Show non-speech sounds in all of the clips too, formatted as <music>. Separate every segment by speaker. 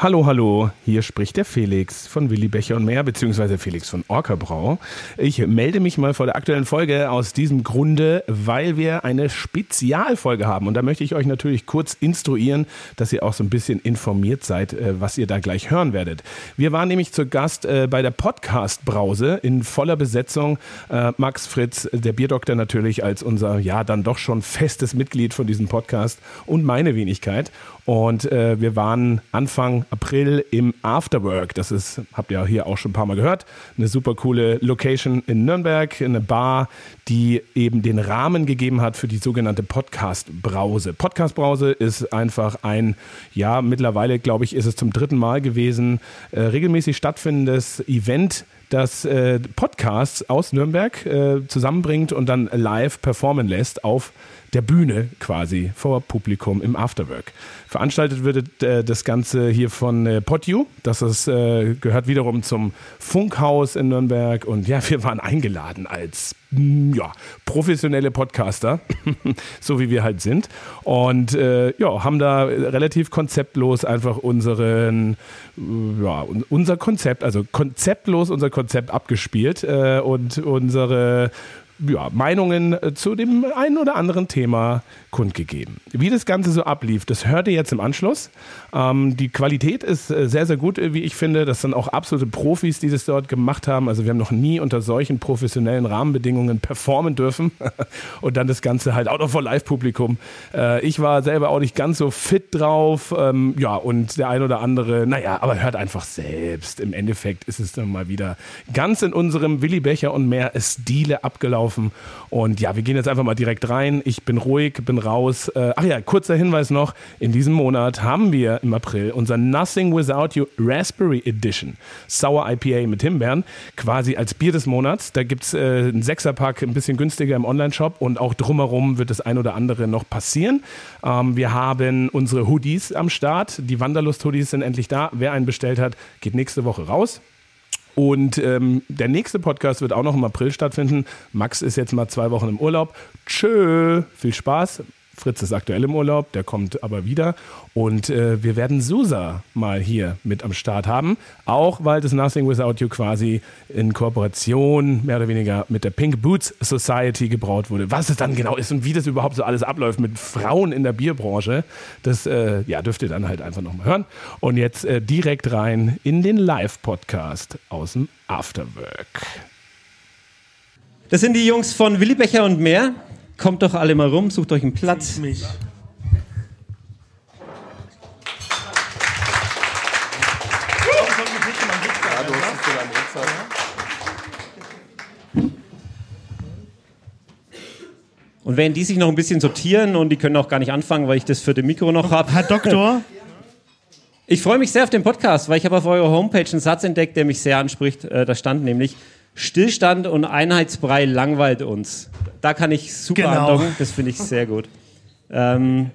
Speaker 1: Hallo, hallo, hier spricht der Felix von Willi Becher und mehr, beziehungsweise Felix von Orkerbrau. Ich melde mich mal vor der aktuellen Folge aus diesem Grunde, weil wir eine Spezialfolge haben. Und da möchte ich euch natürlich kurz instruieren, dass ihr auch so ein bisschen informiert seid, äh, was ihr da gleich hören werdet. Wir waren nämlich zu Gast äh, bei der Podcast-Brause in voller Besetzung. Äh, Max Fritz, der Bierdoktor natürlich als unser, ja, dann doch schon festes Mitglied von diesem Podcast und meine Wenigkeit. Und äh, wir waren Anfang April im Afterwork. Das ist, habt ihr hier auch schon ein paar Mal gehört, eine super coole Location in Nürnberg, eine Bar, die eben den Rahmen gegeben hat für die sogenannte Podcast-Brause. Podcast-Brause ist einfach ein, ja, mittlerweile glaube ich, ist es zum dritten Mal gewesen, äh, regelmäßig stattfindendes Event das äh, Podcasts aus Nürnberg äh, zusammenbringt und dann live performen lässt auf der Bühne quasi vor Publikum im Afterwork. Veranstaltet wird äh, das Ganze hier von äh, Potiu. Das ist, äh, gehört wiederum zum Funkhaus in Nürnberg. Und ja, wir waren eingeladen als mm, ja, professionelle Podcaster, <laughs> so wie wir halt sind. Und äh, ja, haben da relativ konzeptlos einfach unseren, äh, ja, un- unser Konzept, also konzeptlos unser Konzept abgespielt äh, und unsere ja, Meinungen äh, zu dem einen oder anderen Thema kundgegeben. Wie das Ganze so ablief, das hört ihr jetzt im Anschluss. Ähm, die Qualität ist äh, sehr, sehr gut, äh, wie ich finde. Das sind auch absolute Profis, die das dort gemacht haben. Also wir haben noch nie unter solchen professionellen Rahmenbedingungen performen dürfen. <laughs> Und dann das Ganze halt auch noch vor Live-Publikum. Äh, ich war selber auch nicht ganz so fit drauf. Ähm, ja, und der ein oder andere, naja, aber hört einfach selbst. Im Endeffekt ist es dann mal wieder ganz in unserem Willi Becher und mehr Stile abgelaufen. Und ja, wir gehen jetzt einfach mal direkt rein. Ich bin ruhig, bin raus. Äh, ach ja, kurzer Hinweis noch. In diesem Monat haben wir im April unser Nothing Without You Raspberry Edition. Sour IPA mit Himbeeren. Quasi als Bier des Monats. Da gibt's äh, einen Sechserpack, ein bisschen günstiger im Online-Shop. Und auch drumherum wird das ein oder andere noch passieren. Ähm, wir haben unsere Hoodies am Start. Die Wanderlust-Hoodies sind endlich da. Wer einen bestellt hat, geht nächste Woche raus. Und ähm, der nächste Podcast wird auch noch im April stattfinden. Max ist jetzt mal zwei Wochen im Urlaub. Tschö, viel Spaß. Fritz ist aktuell im Urlaub, der kommt aber wieder. Und äh, wir werden Susa mal hier mit am Start haben. Auch weil das Nothing Without You quasi in Kooperation mehr oder weniger mit der Pink Boots Society gebraut wurde. Was es dann genau ist und wie das überhaupt so alles abläuft mit Frauen in der Bierbranche, das äh, ja, dürft ihr dann halt einfach nochmal hören. Und jetzt äh, direkt rein in den Live-Podcast aus dem Afterwork.
Speaker 2: Das sind die Jungs von Willi Becher und mehr. Kommt doch alle mal rum, sucht euch einen Platz.
Speaker 3: mich.
Speaker 2: Und während die sich noch ein bisschen sortieren und die können auch gar nicht anfangen, weil ich das vierte Mikro noch habe.
Speaker 3: Herr Doktor,
Speaker 2: Ich freue mich sehr auf den Podcast, weil ich habe auf eurer Homepage einen Satz entdeckt, der mich sehr anspricht. Äh, Da stand nämlich, Stillstand und Einheitsbrei langweilt uns. Da kann ich super
Speaker 3: Genau.
Speaker 2: andocken, das finde ich sehr gut. Ähm,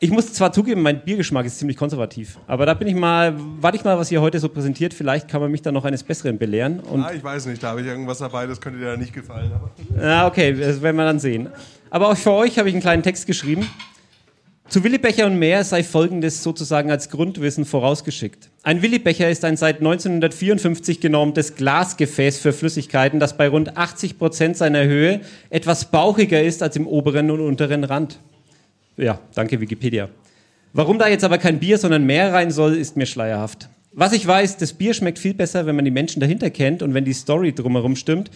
Speaker 2: ich muss zwar zugeben, mein Biergeschmack ist ziemlich konservativ, aber da bin ich mal, warte ich mal, was ihr heute so präsentiert, vielleicht kann man mich dann noch eines Besseren belehren. Und
Speaker 4: Ah, ich weiß nicht, da habe ich irgendwas dabei, das könnte dir da nicht gefallen. Aber
Speaker 2: Ah, okay, das werden wir dann sehen. Aber auch für euch habe ich einen kleinen Text geschrieben. Zu Willi Becher und mehr sei Folgendes sozusagen als Grundwissen vorausgeschickt. Ein Willi Becher ist ein seit 1954 genormtes Glasgefäß für Flüssigkeiten, das bei rund 80 Prozent seiner Höhe etwas bauchiger ist als im oberen und unteren Rand. Ja, danke Wikipedia. Warum da jetzt aber kein Bier, sondern mehr rein soll, ist mir schleierhaft. Was ich weiß, das Bier schmeckt viel besser, wenn man die Menschen dahinter kennt und wenn die Story drumherum stimmt.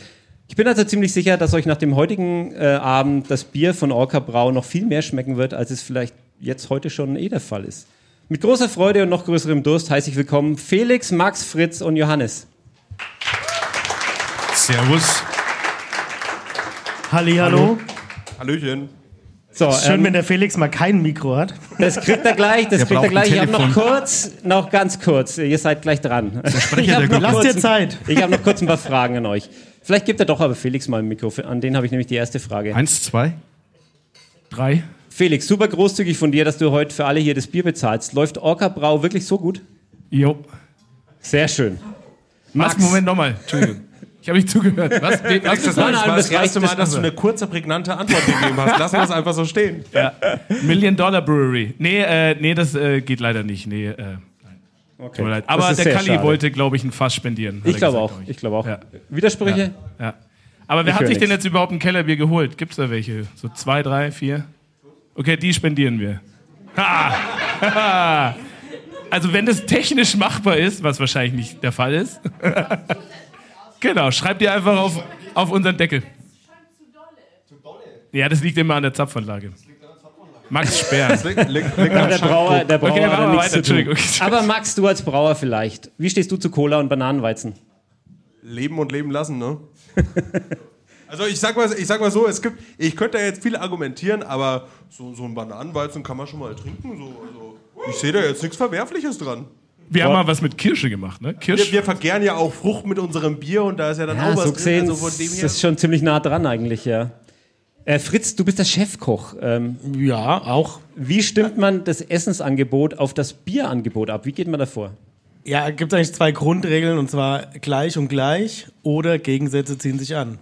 Speaker 2: Ich bin also ziemlich sicher, dass euch nach dem heutigen äh, Abend das Bier von Orca Brau noch viel mehr schmecken wird, als es vielleicht jetzt heute schon eh der Fall ist. Mit großer Freude und noch größerem Durst heiße ich willkommen Felix, Max, Fritz und Johannes.
Speaker 5: Servus.
Speaker 3: Hallihallo.
Speaker 4: Hallöchen.
Speaker 2: So, ähm,
Speaker 6: Ähm.
Speaker 3: Schön, wenn der Felix mal kein Mikro hat.
Speaker 2: das kriegt er gleich, das
Speaker 5: Der
Speaker 2: kriegt er
Speaker 5: braucht ein
Speaker 2: gleich. Ich habe noch
Speaker 5: Telefon.
Speaker 2: kurz, noch ganz kurz, ihr seid gleich dran.
Speaker 5: Sprecher der Gruppe.
Speaker 3: Lass dir
Speaker 2: kurz-
Speaker 3: Zeit.
Speaker 2: Ich habe noch kurz ein paar Fragen an euch. Vielleicht gibt er doch aber Felix mal ein Mikrofon. An den habe ich nämlich die erste Frage.
Speaker 5: Eins, zwei, drei.
Speaker 2: Felix, super großzügig von dir, dass du heute für alle hier das Bier bezahlst. Läuft Orca Brau wirklich so gut?
Speaker 5: Jo.
Speaker 2: Sehr schön.
Speaker 5: Was? Moment nochmal. Entschuldigung. Ich habe nicht zugehört. <laughs> Was? Nee, was?
Speaker 4: Das war
Speaker 2: Nein,
Speaker 4: das,
Speaker 2: nein,
Speaker 4: war das
Speaker 2: das reicht,
Speaker 4: erste Mal,
Speaker 2: das
Speaker 4: dass du
Speaker 5: ist er.
Speaker 4: eine kurze, prägnante Antwort gegeben hast. Lassen wir es einfach so <laughs> stehen.
Speaker 5: Million Dollar Brewery. Nee, äh, nee das äh, geht leider nicht. Nee, äh, tut
Speaker 2: Okay.
Speaker 5: mir leid.
Speaker 2: Das
Speaker 5: Aber
Speaker 2: ist
Speaker 5: der
Speaker 2: sehr
Speaker 5: Kalli
Speaker 2: schade.
Speaker 5: wollte, glaube ich, ein Fass spendieren. hat
Speaker 2: Ich
Speaker 5: er
Speaker 2: glaube
Speaker 5: gesagt,
Speaker 2: auch. Ich glaube auch.
Speaker 5: Ja.
Speaker 2: Widersprüche?
Speaker 5: Ja. Aber wer
Speaker 2: Ich
Speaker 5: hat
Speaker 2: hör
Speaker 5: sich denn
Speaker 2: nix.
Speaker 5: jetzt überhaupt ein Kellerbier geholt? Gibt es da welche? So zwei, drei, vier? Okay, die spendieren wir. Ha! <laughs> also wenn das technisch machbar ist, was wahrscheinlich nicht der Fall ist. <laughs> genau, schreibt ihr einfach auf, auf unseren Deckel. Ja, das liegt immer an der Zapfanlage. Max Sperr.
Speaker 4: Leg, leg, leg am
Speaker 2: Der
Speaker 4: Schacht.
Speaker 2: Brauer, der Brauer
Speaker 5: Okay, machen
Speaker 2: hat
Speaker 5: wir
Speaker 2: nichts
Speaker 5: weiter.
Speaker 2: zu tun.
Speaker 5: Entschuldigung.
Speaker 2: Aber Max, du als Brauer vielleicht. Wie stehst du zu Cola und Bananenweizen?
Speaker 4: Leben und leben lassen, <laughs> ne? Also ich sag mal, ich sag mal so, es gibt, ich könnte da jetzt viel argumentieren, aber so, so ein Bananenweizen kann man schon mal trinken. So, also ich sehe da jetzt nichts Verwerfliches dran.
Speaker 5: Wir haben mal was mit Kirsche gemacht, ne?
Speaker 4: Wir,
Speaker 5: Kirsch.
Speaker 4: wir vergären ja auch Frucht mit unserem Bier und da ist ja dann
Speaker 2: Ja,
Speaker 4: auch was
Speaker 2: so
Speaker 4: drin.
Speaker 2: gesehen
Speaker 4: also von dem
Speaker 2: ist
Speaker 4: her.
Speaker 2: das schon ziemlich nah dran eigentlich, ja. Äh, Fritz, du bist der Chefkoch. Ähm,
Speaker 6: Ja, auch.
Speaker 2: wie stimmt man das Essensangebot auf das Bierangebot ab? Wie geht man davor?
Speaker 6: Ja, gibt eigentlich zwei Grundregeln und zwar gleich und gleich oder Gegensätze ziehen sich an.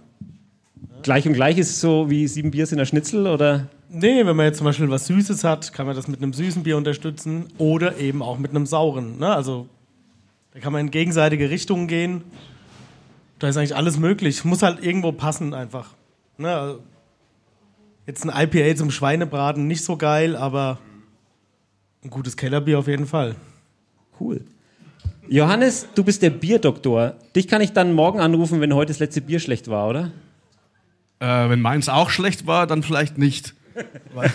Speaker 2: Gleich und gleich ist so wie sieben Bier sind der Schnitzel oder?
Speaker 6: Nee, wenn man jetzt zum Beispiel was Süßes hat, kann man das mit einem süßen Bier unterstützen oder eben auch mit einem sauren. Ne? Also da kann man in gegenseitige Richtungen gehen. Da ist eigentlich alles möglich. Muss halt irgendwo passen einfach. Ne? Also, jetzt ein IPA zum Schweinebraten nicht so geil, aber ein gutes Kellerbier auf jeden Fall.
Speaker 2: Cool. Johannes, du bist der Bierdoktor. Dich kann ich dann morgen anrufen, wenn heute das letzte Bier schlecht war, oder?
Speaker 7: Äh, wenn meins auch schlecht war, dann vielleicht nicht. Weil-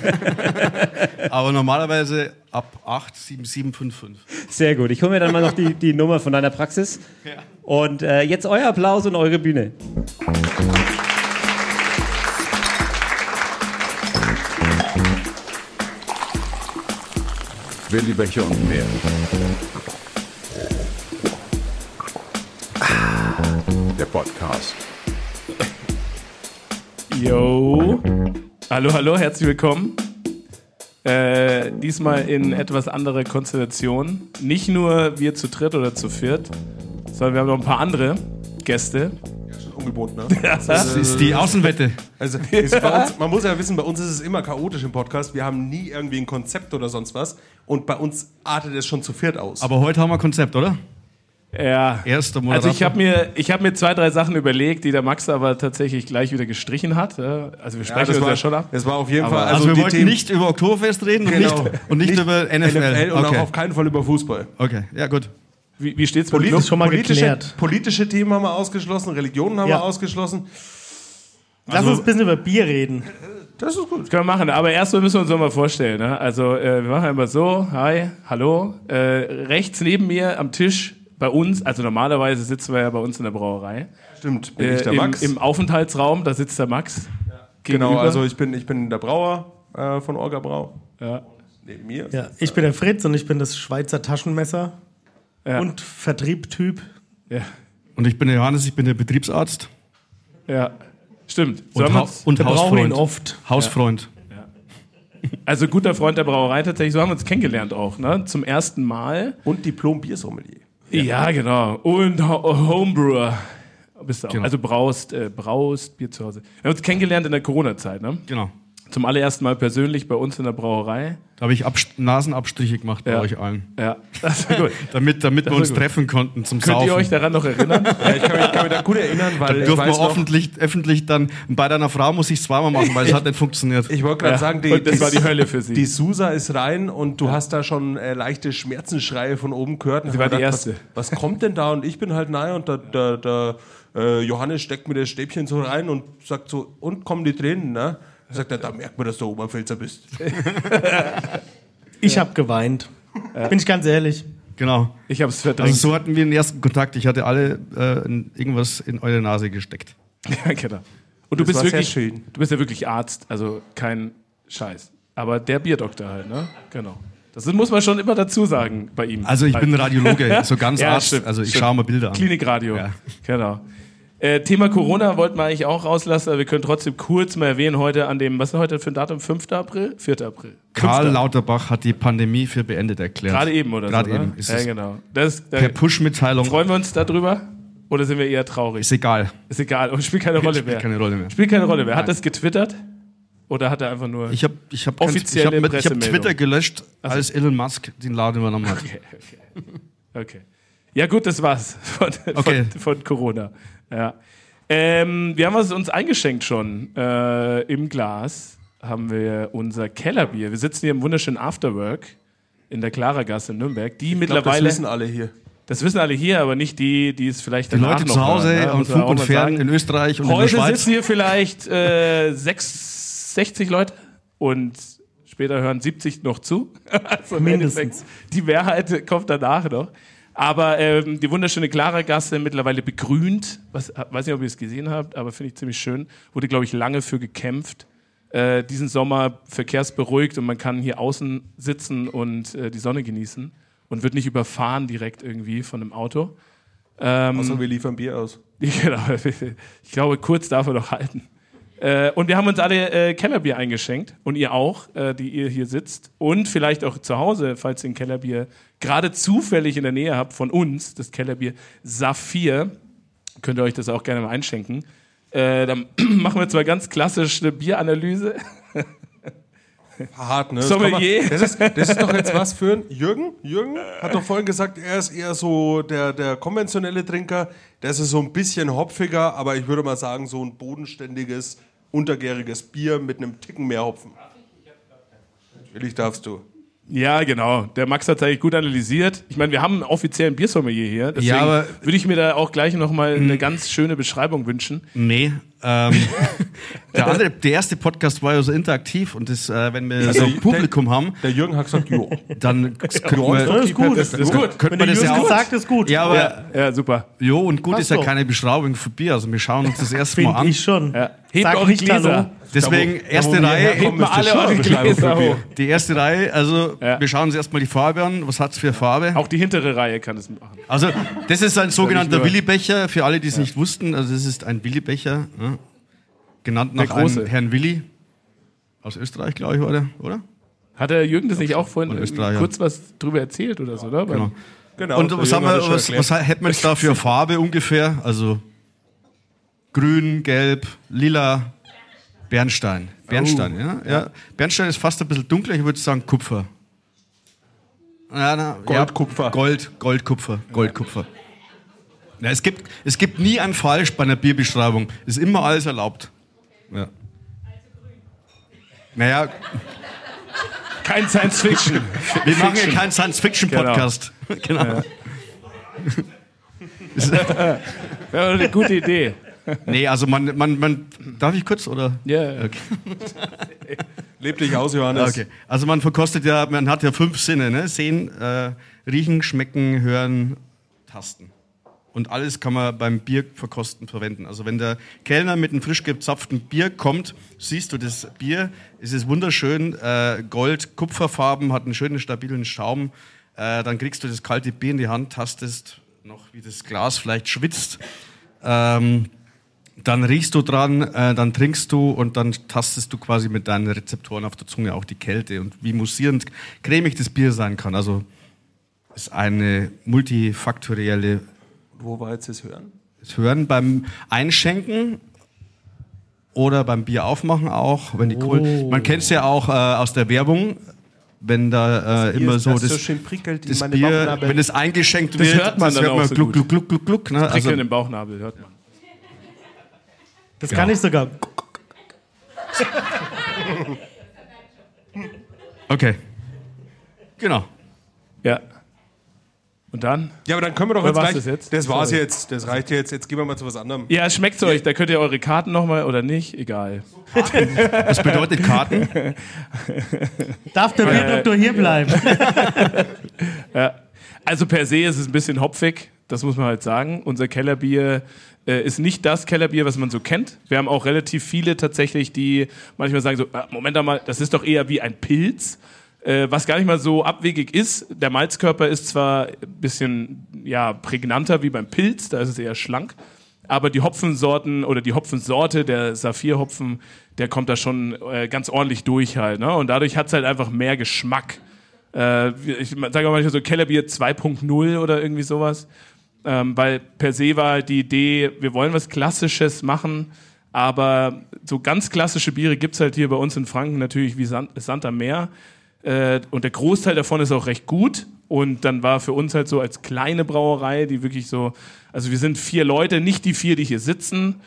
Speaker 7: Aber normalerweise ab 8, 7, 7, 5, 5.
Speaker 2: Sehr gut. Ich hole mir dann mal noch die, die Nummer von deiner Praxis. Und äh, jetzt euer Applaus und eure Bühne.
Speaker 8: Willi Becher und mehr. Der Podcast.
Speaker 5: Yo. Hallo, hallo, herzlich willkommen. Äh, diesmal in etwas anderer Konstellation. Nicht nur wir zu dritt oder zu viert, sondern wir haben noch ein paar andere Gäste.
Speaker 4: Ungewohnt, ne?
Speaker 7: Das ist die Außenwette.
Speaker 4: Also ist bei uns, man muss ja wissen, bei uns ist es immer chaotisch im Podcast. Wir haben nie irgendwie ein Konzept oder sonst was. Und bei uns artet es schon zu viert aus.
Speaker 7: Aber heute haben wir ein Konzept, oder?
Speaker 5: Ja.
Speaker 7: Erster Moderator.
Speaker 5: Also ich habe mir, ich hab mir zwei, drei Sachen überlegt, die der Max aber tatsächlich gleich wieder gestrichen hat. Ja, Also wir sprechen
Speaker 4: das
Speaker 5: uns
Speaker 4: war,
Speaker 5: ja schon ab.
Speaker 4: Das war auf jeden Fall.
Speaker 7: also, wir
Speaker 4: die
Speaker 7: wollten
Speaker 4: Themen-
Speaker 7: nicht über Oktoberfest reden
Speaker 4: Genau.
Speaker 7: und, nicht, und nicht, über NFL.
Speaker 4: und
Speaker 7: okay.
Speaker 4: auch auf keinen Fall über Fußball.
Speaker 7: okay, ja gut.
Speaker 5: Wie, wie steht's mit dem
Speaker 4: Politisch-
Speaker 5: Club?
Speaker 3: schon mal
Speaker 4: politische,
Speaker 3: geklärt.
Speaker 4: politische Themen haben wir ausgeschlossen, Religionen haben
Speaker 6: Ja.
Speaker 4: wir ausgeschlossen.
Speaker 6: Lass uns ein bisschen über Bier reden.
Speaker 4: Das ist gut.
Speaker 5: Können wir machen, aber erstmal müssen wir uns nochmal vorstellen. Ne? Also äh, wir machen immer so, hi, hallo. Äh, rechts neben mir am Tisch bei uns, also normalerweise sitzen wir ja bei uns in der Brauerei.
Speaker 4: Stimmt, bin
Speaker 5: Äh,
Speaker 4: ich der
Speaker 5: im,
Speaker 4: Max.
Speaker 5: Im Aufenthaltsraum, da sitzt der Max.
Speaker 4: genau,
Speaker 5: gegenüber.
Speaker 4: also ich bin, ich bin der Brauer äh, von Orga Brau.
Speaker 5: Ja.
Speaker 4: Neben mir.
Speaker 6: Ja, ich bin der Fritz und ich bin das Schweizer Taschenmesser
Speaker 5: Ja.
Speaker 6: und Vertriebtyp.
Speaker 5: Ja.
Speaker 7: Und ich bin der Johannes, ich bin der Betriebsarzt
Speaker 5: ja. Stimmt. So
Speaker 7: und,
Speaker 5: haben
Speaker 7: Hau-
Speaker 5: wir's-
Speaker 7: und
Speaker 6: Wir brauchen ihn
Speaker 7: Hausfreund.
Speaker 6: oft.
Speaker 7: Hausfreund.
Speaker 5: also guter Freund der Brauerei tatsächlich, so haben wir uns kennengelernt auch, ne? Zum ersten Mal.
Speaker 4: Und Diplom-Biersommelier.
Speaker 5: Ja, genau. Und Ho Homebrewer. Bist du auch.
Speaker 7: Genau.
Speaker 5: Also braust, äh, braust Bier zu Hause. Wir haben uns kennengelernt in der Corona-Zeit, ne?
Speaker 7: Genau.
Speaker 5: Zum allerersten Mal persönlich bei uns in der Brauerei.
Speaker 7: Da habe ich Abst Nasenabstriche gemacht
Speaker 5: Ja.
Speaker 7: bei euch allen.
Speaker 5: Ja, das
Speaker 7: <laughs>
Speaker 5: war gut.
Speaker 7: Damit, damit wir
Speaker 5: war
Speaker 7: uns
Speaker 5: gut.
Speaker 7: treffen konnten zum
Speaker 5: Könnt
Speaker 7: Saufen.
Speaker 5: ihr euch daran noch
Speaker 7: <laughs>
Speaker 5: erinnern?
Speaker 4: Ja, ich, kann mich, ich kann mich da gut erinnern, weil ich
Speaker 7: Dürfen
Speaker 4: weiß
Speaker 7: wir
Speaker 4: noch,
Speaker 7: öffentlich, öffentlich dann bei deiner Frau muss ich es zweimal machen, weil es hat nicht funktioniert.
Speaker 4: ich wollte gerade sagen, die,
Speaker 5: Und das
Speaker 4: die,
Speaker 5: war die Hölle für
Speaker 4: die
Speaker 5: sie.
Speaker 4: Susa ist rein und du hast da schon äh, leichte Schmerzensschreie von oben gehört. Und
Speaker 5: Sie
Speaker 4: hab
Speaker 5: war die
Speaker 4: gedacht,
Speaker 5: Erste.
Speaker 4: Was, was kommt denn da? Und ich bin halt nahe und da, da, da äh, Johannes steckt mir das Stäbchen so rein und sagt so, und kommen die Tränen, ne? Und sagt er, da merkt man, dass du Oberpfälzer bist.
Speaker 6: Ich habe geweint. Bin ich ganz ehrlich.
Speaker 7: Genau.
Speaker 5: Ich habe es
Speaker 7: Also
Speaker 5: verdrängt.
Speaker 7: so hatten wir den ersten Kontakt. Ich hatte alle äh, in- irgendwas in eure Nase gesteckt.
Speaker 5: <laughs> Ja, genau. Und du bist,
Speaker 4: war
Speaker 5: wirklich,
Speaker 4: sehr schön.
Speaker 5: du bist ja wirklich Arzt, also kein Scheiß. Aber der Bierdoktor halt, ne? Genau. Das muss man schon immer dazu sagen bei ihm.
Speaker 7: Also ich
Speaker 5: bei
Speaker 7: bin <laughs> Radiologe, so ganz
Speaker 5: Ja,
Speaker 7: Arzt.
Speaker 5: stimmt,
Speaker 7: also ich
Speaker 5: stimmt.
Speaker 7: schaue mir Bilder an.
Speaker 5: Klinikradio.
Speaker 7: Ja.
Speaker 5: Genau. Äh, Thema Corona wollten wir eigentlich auch rauslassen, aber wir können trotzdem kurz mal erwähnen, heute an dem, was ist heute für ein Datum? 5. April? 4. April.
Speaker 7: Karl
Speaker 5: 5..
Speaker 7: Lauterbach hat die Pandemie für beendet erklärt.
Speaker 5: Gerade eben, oder
Speaker 7: Gerade
Speaker 5: so. ne?
Speaker 7: eben. Ist
Speaker 5: ja,
Speaker 7: es
Speaker 5: genau. Das, da
Speaker 7: Per Push-Mitteilung.
Speaker 5: freuen wir uns darüber. Oder sind wir eher traurig?
Speaker 7: Ist egal.
Speaker 5: Ist egal. Und spielt keine Rolle
Speaker 7: Spielt
Speaker 5: mehr.
Speaker 7: keine Rolle mehr.
Speaker 5: Spielt keine Rolle mehr. Hat das getwittert? Oder hat er einfach nur.
Speaker 7: Ich habe ich hab
Speaker 5: Offizielle
Speaker 7: ich hab, mit- ich hab
Speaker 5: Pressemeldung. Also
Speaker 7: Twitter gelöscht, als Elon Musk den Laden übernommen hat.
Speaker 5: Okay. Ja, gut, das war's von,
Speaker 7: Okay.
Speaker 5: von, von Corona. Ja. Ähm, wir haben es uns eingeschenkt schon. Äh, Im Glas haben wir unser Kellerbier. Wir sitzen hier im wunderschönen Afterwork in der Klaragasse in Nürnberg.
Speaker 4: Ich
Speaker 5: Die
Speaker 4: glaub, das
Speaker 5: mittlerweile.
Speaker 4: wissen alle hier.
Speaker 5: Das wissen alle hier, aber nicht die, die es vielleicht
Speaker 7: Die
Speaker 5: danach
Speaker 7: Leute
Speaker 5: noch
Speaker 7: zu Hause
Speaker 5: hören, ne?
Speaker 7: am
Speaker 5: Muss man
Speaker 7: Flug
Speaker 5: auch
Speaker 7: und
Speaker 5: mal
Speaker 7: Fern
Speaker 5: sagen.
Speaker 7: in Österreich und in der
Speaker 5: Heute
Speaker 7: Schweiz.
Speaker 5: sitzen hier vielleicht äh, sechs- 60 Leute und später hören 70 noch zu. <laughs> Also im
Speaker 6: Mindestens.
Speaker 5: Endeffekt, Die Mehrheit kommt danach noch. Aber ähm, die wunderschöne Klaragasse, mittlerweile begrünt, was, weiß nicht, ob ihr es gesehen habt, aber finde ich ziemlich schön, wurde, glaube ich, lange für gekämpft. Äh, diesen Sommer verkehrsberuhigt und man kann hier außen sitzen und äh, die Sonne genießen und wird nicht überfahren direkt irgendwie von einem Auto. Mhm.
Speaker 4: Außer wir liefern Bier aus.
Speaker 5: <laughs> Genau. Ich glaube, kurz darf er noch halten. Äh, und wir haben uns alle äh, Kellerbier eingeschenkt und ihr auch, äh, die ihr hier sitzt und vielleicht auch zu Hause, falls ihr ein Kellerbier gerade zufällig in der Nähe habt von uns, das Kellerbier Saphir, könnt ihr euch das auch gerne mal einschenken. Äh, dann <clears throat> machen wir zwar ganz klassisch eine Bieranalyse.
Speaker 4: Hart, ne? Das
Speaker 5: Sommelier.
Speaker 4: kann man- Das ist, das ist doch jetzt was für <laughs> ein Jürgen. Jürgen hat doch vorhin gesagt, er ist eher so der, der konventionelle Trinker. Das ist so ein bisschen hopfiger, aber ich würde mal sagen, so ein bodenständiges, untergäriges Bier mit einem Ticken mehr Hopfen. Natürlich darfst du.
Speaker 5: Ja, genau. Der Max hat es eigentlich gut analysiert. Ich meine, wir haben einen offiziellen Biersommelier hier. Deswegen
Speaker 7: Ja, aber- Hm.
Speaker 5: würde ich mir da auch gleich nochmal eine ganz schöne Beschreibung wünschen.
Speaker 7: Nee.
Speaker 6: <laughs>
Speaker 7: Ähm, der, andere, der erste Podcast war ja so interaktiv und das, äh, wenn
Speaker 6: Also
Speaker 7: wir so Publikum haben,
Speaker 4: Der Jürgen hat gesagt, jo.
Speaker 7: dann könnte
Speaker 6: Das
Speaker 7: man,
Speaker 6: ist gut.
Speaker 5: Das ist gut.
Speaker 7: könnte
Speaker 6: Wenn
Speaker 7: man
Speaker 6: der
Speaker 7: das ja
Speaker 6: Jürgen
Speaker 7: auch.
Speaker 6: sagt, ist gut.
Speaker 7: Ja, aber
Speaker 5: Ja, ja super.
Speaker 7: jo, und gut
Speaker 6: Passt
Speaker 7: ist ja
Speaker 6: doch.
Speaker 7: keine Beschreibung für Bier. Also wir schauen uns das erste Mal
Speaker 6: Finde
Speaker 7: an.
Speaker 6: ich schon.
Speaker 5: Ja. Hebt
Speaker 6: Sag
Speaker 5: eure
Speaker 6: nicht
Speaker 5: Gläser.
Speaker 6: Hallo.
Speaker 7: Deswegen erste Reihe,
Speaker 5: Hebt mal alle eure Gläser hoch.
Speaker 7: die erste Reihe. Also
Speaker 5: Ja.
Speaker 7: wir schauen uns erstmal die Farbe an. Was hat's für Farbe?
Speaker 5: Auch die hintere Reihe kann es machen.
Speaker 7: Also, das ist ein sogenannter
Speaker 5: nur-
Speaker 7: Willi-Becher, für alle, die es nicht wussten. Also, das ist ein Willi-Becher, ja, genannt nach einem
Speaker 5: Große.
Speaker 7: Herrn Willi aus Österreich, glaube ich, war der, oder?
Speaker 5: Hat der Jürgen das nicht auch vorhin
Speaker 7: Oder
Speaker 5: irgendwie
Speaker 7: Österreicher.
Speaker 5: kurz was drüber erzählt oder so, oder?
Speaker 7: Genau.
Speaker 4: Genau,
Speaker 7: Und
Speaker 4: der
Speaker 7: was,
Speaker 4: Jürgen
Speaker 7: haben
Speaker 4: hat das
Speaker 7: wir,
Speaker 4: schon
Speaker 7: was,
Speaker 4: erklärt.
Speaker 7: was hätten wir jetzt da für Farbe ungefähr? Also, grün, gelb, lila, Bernstein.
Speaker 4: Oh.
Speaker 7: Bernstein, ja, ja. Bernstein ist fast ein bisschen dunkler, ich würde sagen Kupfer. Ja, na, ja,
Speaker 4: Goldkupfer.
Speaker 7: Gold, Goldkupfer, Goldkupfer. Na, es, gibt, es gibt nie ein Falsch bei einer Bierbeschreibung. Ist immer alles erlaubt. Ja. Naja,
Speaker 5: Kein Science Fiction.
Speaker 7: <laughs> wir machen ja keinen Science-Fiction-Podcast. Genau.
Speaker 5: Wäre eine gute Idee.
Speaker 7: Nee, also man, man, man. Darf ich kurz oder?
Speaker 5: Ja.
Speaker 4: <laughs> Leb dich aus, Johannes.
Speaker 7: Okay. Also man verkostet ja, man hat ja fünf Sinne, ne? Sehen, äh, riechen, schmecken, hören, tasten. Und alles kann man beim Bierverkosten verwenden. Also wenn der Kellner mit einem frisch gezapften Bier kommt, siehst du das Bier, es ist wunderschön, äh, Gold, Kupferfarben, hat einen schönen stabilen Schaum. Äh, dann kriegst du das kalte Bier in die Hand, tastest noch, wie das Glas vielleicht schwitzt. Ähm, dann riechst du dran, äh, dann trinkst du und dann tastest du quasi mit deinen Rezeptoren auf der Zunge auch die Kälte und wie mussierend cremig das Bier sein kann. Also ist eine multifaktorielle
Speaker 4: Wo war jetzt das Hören?
Speaker 7: das Hören beim Einschenken oder beim Bier aufmachen auch, wenn die
Speaker 5: Oh.
Speaker 7: Kohl Man kennt es ja auch äh, aus der Werbung, wenn da äh, immer so das,
Speaker 4: so schön prickelt in
Speaker 7: das
Speaker 4: meine
Speaker 7: Bier,
Speaker 4: Bauchnabel.
Speaker 7: wenn es eingeschenkt
Speaker 5: Das
Speaker 7: wird,
Speaker 5: hört man
Speaker 7: das
Speaker 5: dann auch so
Speaker 7: gluck,
Speaker 5: gut.
Speaker 7: gluck, gluck, gluck, gluck. Ne?
Speaker 5: Prickeln
Speaker 7: Also,
Speaker 5: im Bauchnabel, hört man.
Speaker 6: Das kann ich sogar.
Speaker 7: okay. Genau.
Speaker 5: Ja. Und dann?
Speaker 4: Ja, aber dann können wir doch
Speaker 5: Oder
Speaker 4: jetzt
Speaker 5: war's
Speaker 4: gleich.
Speaker 5: das jetzt?
Speaker 4: Das war's
Speaker 5: Sorry.
Speaker 4: jetzt. Das reicht jetzt. Jetzt gehen wir mal zu was anderem.
Speaker 5: Ja, schmeckt's euch. Da könnt ihr eure Karten nochmal oder nicht. Egal.
Speaker 7: Das bedeutet Karten.
Speaker 6: Darf der Bierdoktor hier bleiben?
Speaker 5: Also per se ist es ein bisschen hopfig, das muss man halt sagen. Unser Kellerbier äh, ist nicht das Kellerbier, was man so kennt. Wir haben auch relativ viele tatsächlich, die manchmal sagen so, "Ah, Moment einmal, das ist doch eher wie ein Pilz. Äh, was gar nicht mal so abwegig ist. Der Malzkörper ist zwar ein bisschen ja, prägnanter wie beim Pilz, da ist es eher schlank. Aber die Hopfensorten oder die Hopfensorte, der Saphirhopfen, der kommt da schon äh, ganz ordentlich durch halt. Ne? Und dadurch hat's halt einfach mehr Geschmack. Äh, ich sage auch manchmal so Kellerbier 2.0 oder irgendwie sowas. ähm, weil per se war halt die Idee, wir wollen was Klassisches machen, aber so ganz klassische Biere gibt's halt hier bei uns in Franken natürlich wie Sand, Sand am Meer. Äh, und der Großteil davon ist auch recht gut. Und dann war für uns halt so als kleine Brauerei, die wirklich so, also wir sind vier Leute, nicht die vier, die hier sitzen.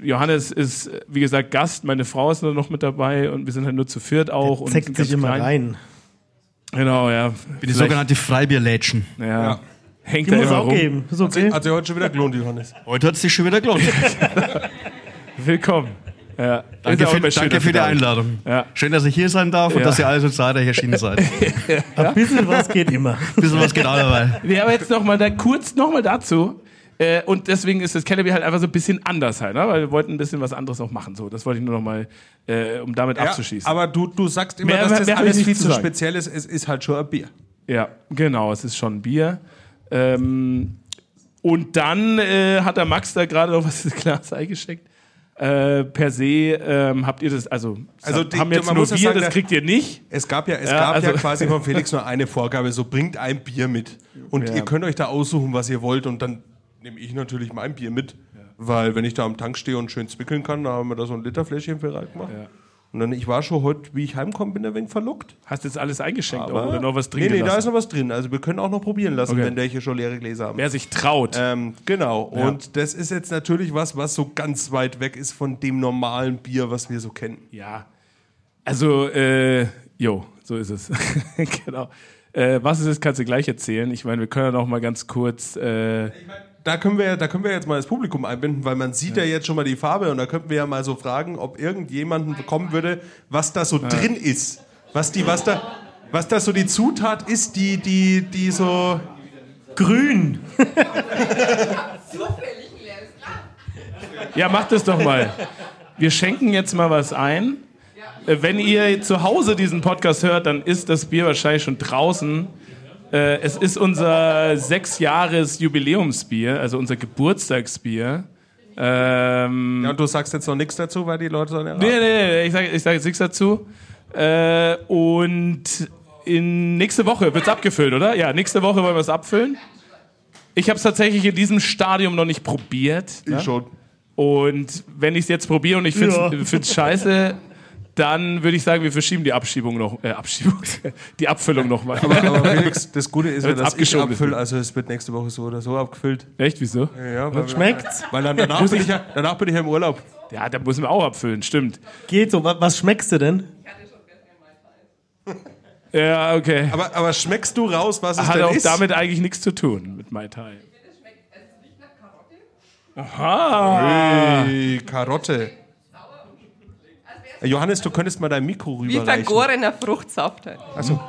Speaker 5: Johannes ist, äh, wie gesagt, Gast, meine Frau ist nur noch mit dabei und wir sind halt nur zu viert auch.
Speaker 6: <laughs>
Speaker 5: und
Speaker 6: Zeckt
Speaker 5: sind
Speaker 6: sich
Speaker 5: ganz
Speaker 6: immer
Speaker 5: klein.
Speaker 6: rein.
Speaker 5: Genau, ja.
Speaker 7: Die sogenannte Freibierlädchen.
Speaker 5: Ja. Hängt
Speaker 6: Die
Speaker 5: da
Speaker 6: muss es
Speaker 5: immer
Speaker 6: auch
Speaker 5: rum.
Speaker 6: geben. Ist okay.
Speaker 4: Hat sich heute schon wieder gelohnt, Johannes.
Speaker 7: Heute hat es sich schon wieder gelohnt.
Speaker 5: Willkommen. Ja. Ist
Speaker 7: danke
Speaker 5: auch
Speaker 7: für,
Speaker 5: immer schön,
Speaker 7: danke
Speaker 5: dass
Speaker 7: für
Speaker 5: ihr
Speaker 7: die
Speaker 5: da seid.
Speaker 7: Einladung.
Speaker 5: Ja.
Speaker 7: Schön, dass ich hier sein darf und
Speaker 5: Ja.
Speaker 7: dass ihr alle so zahlreich erschienen seid. Ein
Speaker 6: Ein bisschen was geht immer.
Speaker 7: bisschen was geht auch dabei.
Speaker 5: Nee, aber jetzt nochmal da kurz nochmal dazu. Äh, und deswegen ist das Cannabis halt einfach so ein bisschen anders halt, ne? weil wir wollten ein bisschen was anderes noch machen. So, das wollte ich nur nochmal, äh, um damit
Speaker 4: Ja,
Speaker 5: abzuschießen.
Speaker 4: aber du, du sagst immer,
Speaker 5: Mehr-
Speaker 4: dass das
Speaker 5: mehr hab ich
Speaker 4: alles
Speaker 5: nicht
Speaker 4: viel
Speaker 5: zu
Speaker 4: zu
Speaker 5: sagen.
Speaker 4: speziell ist. Es ist halt schon ein Bier.
Speaker 5: Ja, genau, es ist schon Bier. Ähm, und dann äh, hat der Max da gerade noch was ins Glas eingeschenkt. Äh, per se ähm, habt ihr das, also,
Speaker 4: Also
Speaker 5: das
Speaker 4: die-
Speaker 5: haben jetzt
Speaker 4: man
Speaker 5: nur
Speaker 4: muss ja
Speaker 5: wir,
Speaker 4: sagen,
Speaker 5: das
Speaker 4: der-
Speaker 5: kriegt ihr nicht.
Speaker 4: Es gab ja, es
Speaker 5: Ja,
Speaker 4: gab ja
Speaker 5: also-
Speaker 4: quasi von
Speaker 5: <laughs>
Speaker 4: Felix nur eine Vorgabe, so bringt ein Bier mit. Und
Speaker 5: Ja.
Speaker 4: ihr könnt euch da aussuchen, was ihr wollt. Und dann nehme ich natürlich mein Bier mit. Weil wenn ich da am Tank stehe und schön zwickeln kann, da haben wir da so ein Literfläschchen für reingemacht. Und dann, ich war schon heute, wie ich heimkomme, bin ein wenig verlockt.
Speaker 5: Hast jetzt alles eingeschenkt
Speaker 4: Aber
Speaker 5: oder noch was
Speaker 4: nee,
Speaker 5: drin
Speaker 4: nee, da
Speaker 5: gelassen?
Speaker 4: ist noch was drin. Also wir können auch noch probieren lassen,
Speaker 5: Okay.
Speaker 4: wenn der hier schon leere Gläser haben.
Speaker 5: Wer sich traut.
Speaker 4: Ähm, genau. Und das ist jetzt natürlich was, was so ganz weit weg ist von dem normalen Bier, was wir so kennen.
Speaker 5: Ja. Also, äh, jo, so ist es. <laughs> genau. Äh, was es ist, kannst du gleich erzählen. Ich meine, wir können ja noch mal ganz kurz. Äh,
Speaker 4: Da können wir, da können wir jetzt mal das Publikum einbinden, weil man sieht ja. jetzt schon mal die Farbe und da könnten wir ja mal so fragen, ob irgendjemanden bekommen würde, was da so drin ist. Was die, was da, was da so die Zutat ist, die, die, die so.
Speaker 6: Grün.
Speaker 9: Zufällig ein leeres Glas.
Speaker 5: ja, macht es doch mal. Wir schenken jetzt mal was ein. Äh, wenn ihr zu Hause diesen Podcast hört, dann ist das Bier wahrscheinlich schon draußen. Äh, es ist unser sechs Jahres Jubiläumsbier, also unser Geburtstagsbier. Ähm,
Speaker 4: Ja, und du sagst jetzt noch nichts dazu, weil die Leute sollen ja.
Speaker 5: Nee, nee, nee, ich sage ich sag jetzt nichts dazu. Äh, und in nächste Woche wird's abgefüllt, oder? Ja, nächste Woche wollen wir es abfüllen. Ich habe es tatsächlich in diesem Stadium noch nicht probiert. ne?
Speaker 4: Ich schon.
Speaker 5: Und wenn ich es jetzt probiere und ich finde
Speaker 6: Ja.
Speaker 5: es scheiße, dann würde ich sagen, wir verschieben die Abschiebung noch, äh, Abschiebung, <laughs> die Abfüllung nochmal.
Speaker 4: Aber, <laughs> aber Felix, das Gute ist ja,
Speaker 5: Wird's
Speaker 4: dass ich
Speaker 5: abgeschoben.
Speaker 4: abfülle, also es wird nächste Woche so oder so abgefüllt.
Speaker 5: Echt, wieso?
Speaker 4: Ja, weil,
Speaker 6: Schmeckt's?
Speaker 4: weil <laughs> dann, danach, bin ich ja, danach bin ich ja im Urlaub.
Speaker 5: Ja, da müssen wir auch abfüllen, stimmt.
Speaker 6: Geht so. Wa- Was schmeckst du denn?
Speaker 5: Ja, okay.
Speaker 4: Aber, aber schmeckst du raus, was es
Speaker 5: Hat
Speaker 4: denn
Speaker 5: auch
Speaker 4: ist?
Speaker 5: damit eigentlich nichts zu tun, mit Mai Tai.
Speaker 9: Es schmeckt, es riecht nach Karotte.
Speaker 5: Aha.
Speaker 4: Die Karotte. Also Johannes, du könntest mal dein Mikro
Speaker 9: Wie
Speaker 4: rüberreichen.
Speaker 9: vergorener Fruchtsaft.
Speaker 10: Ähm,
Speaker 9: halt.
Speaker 4: Achso.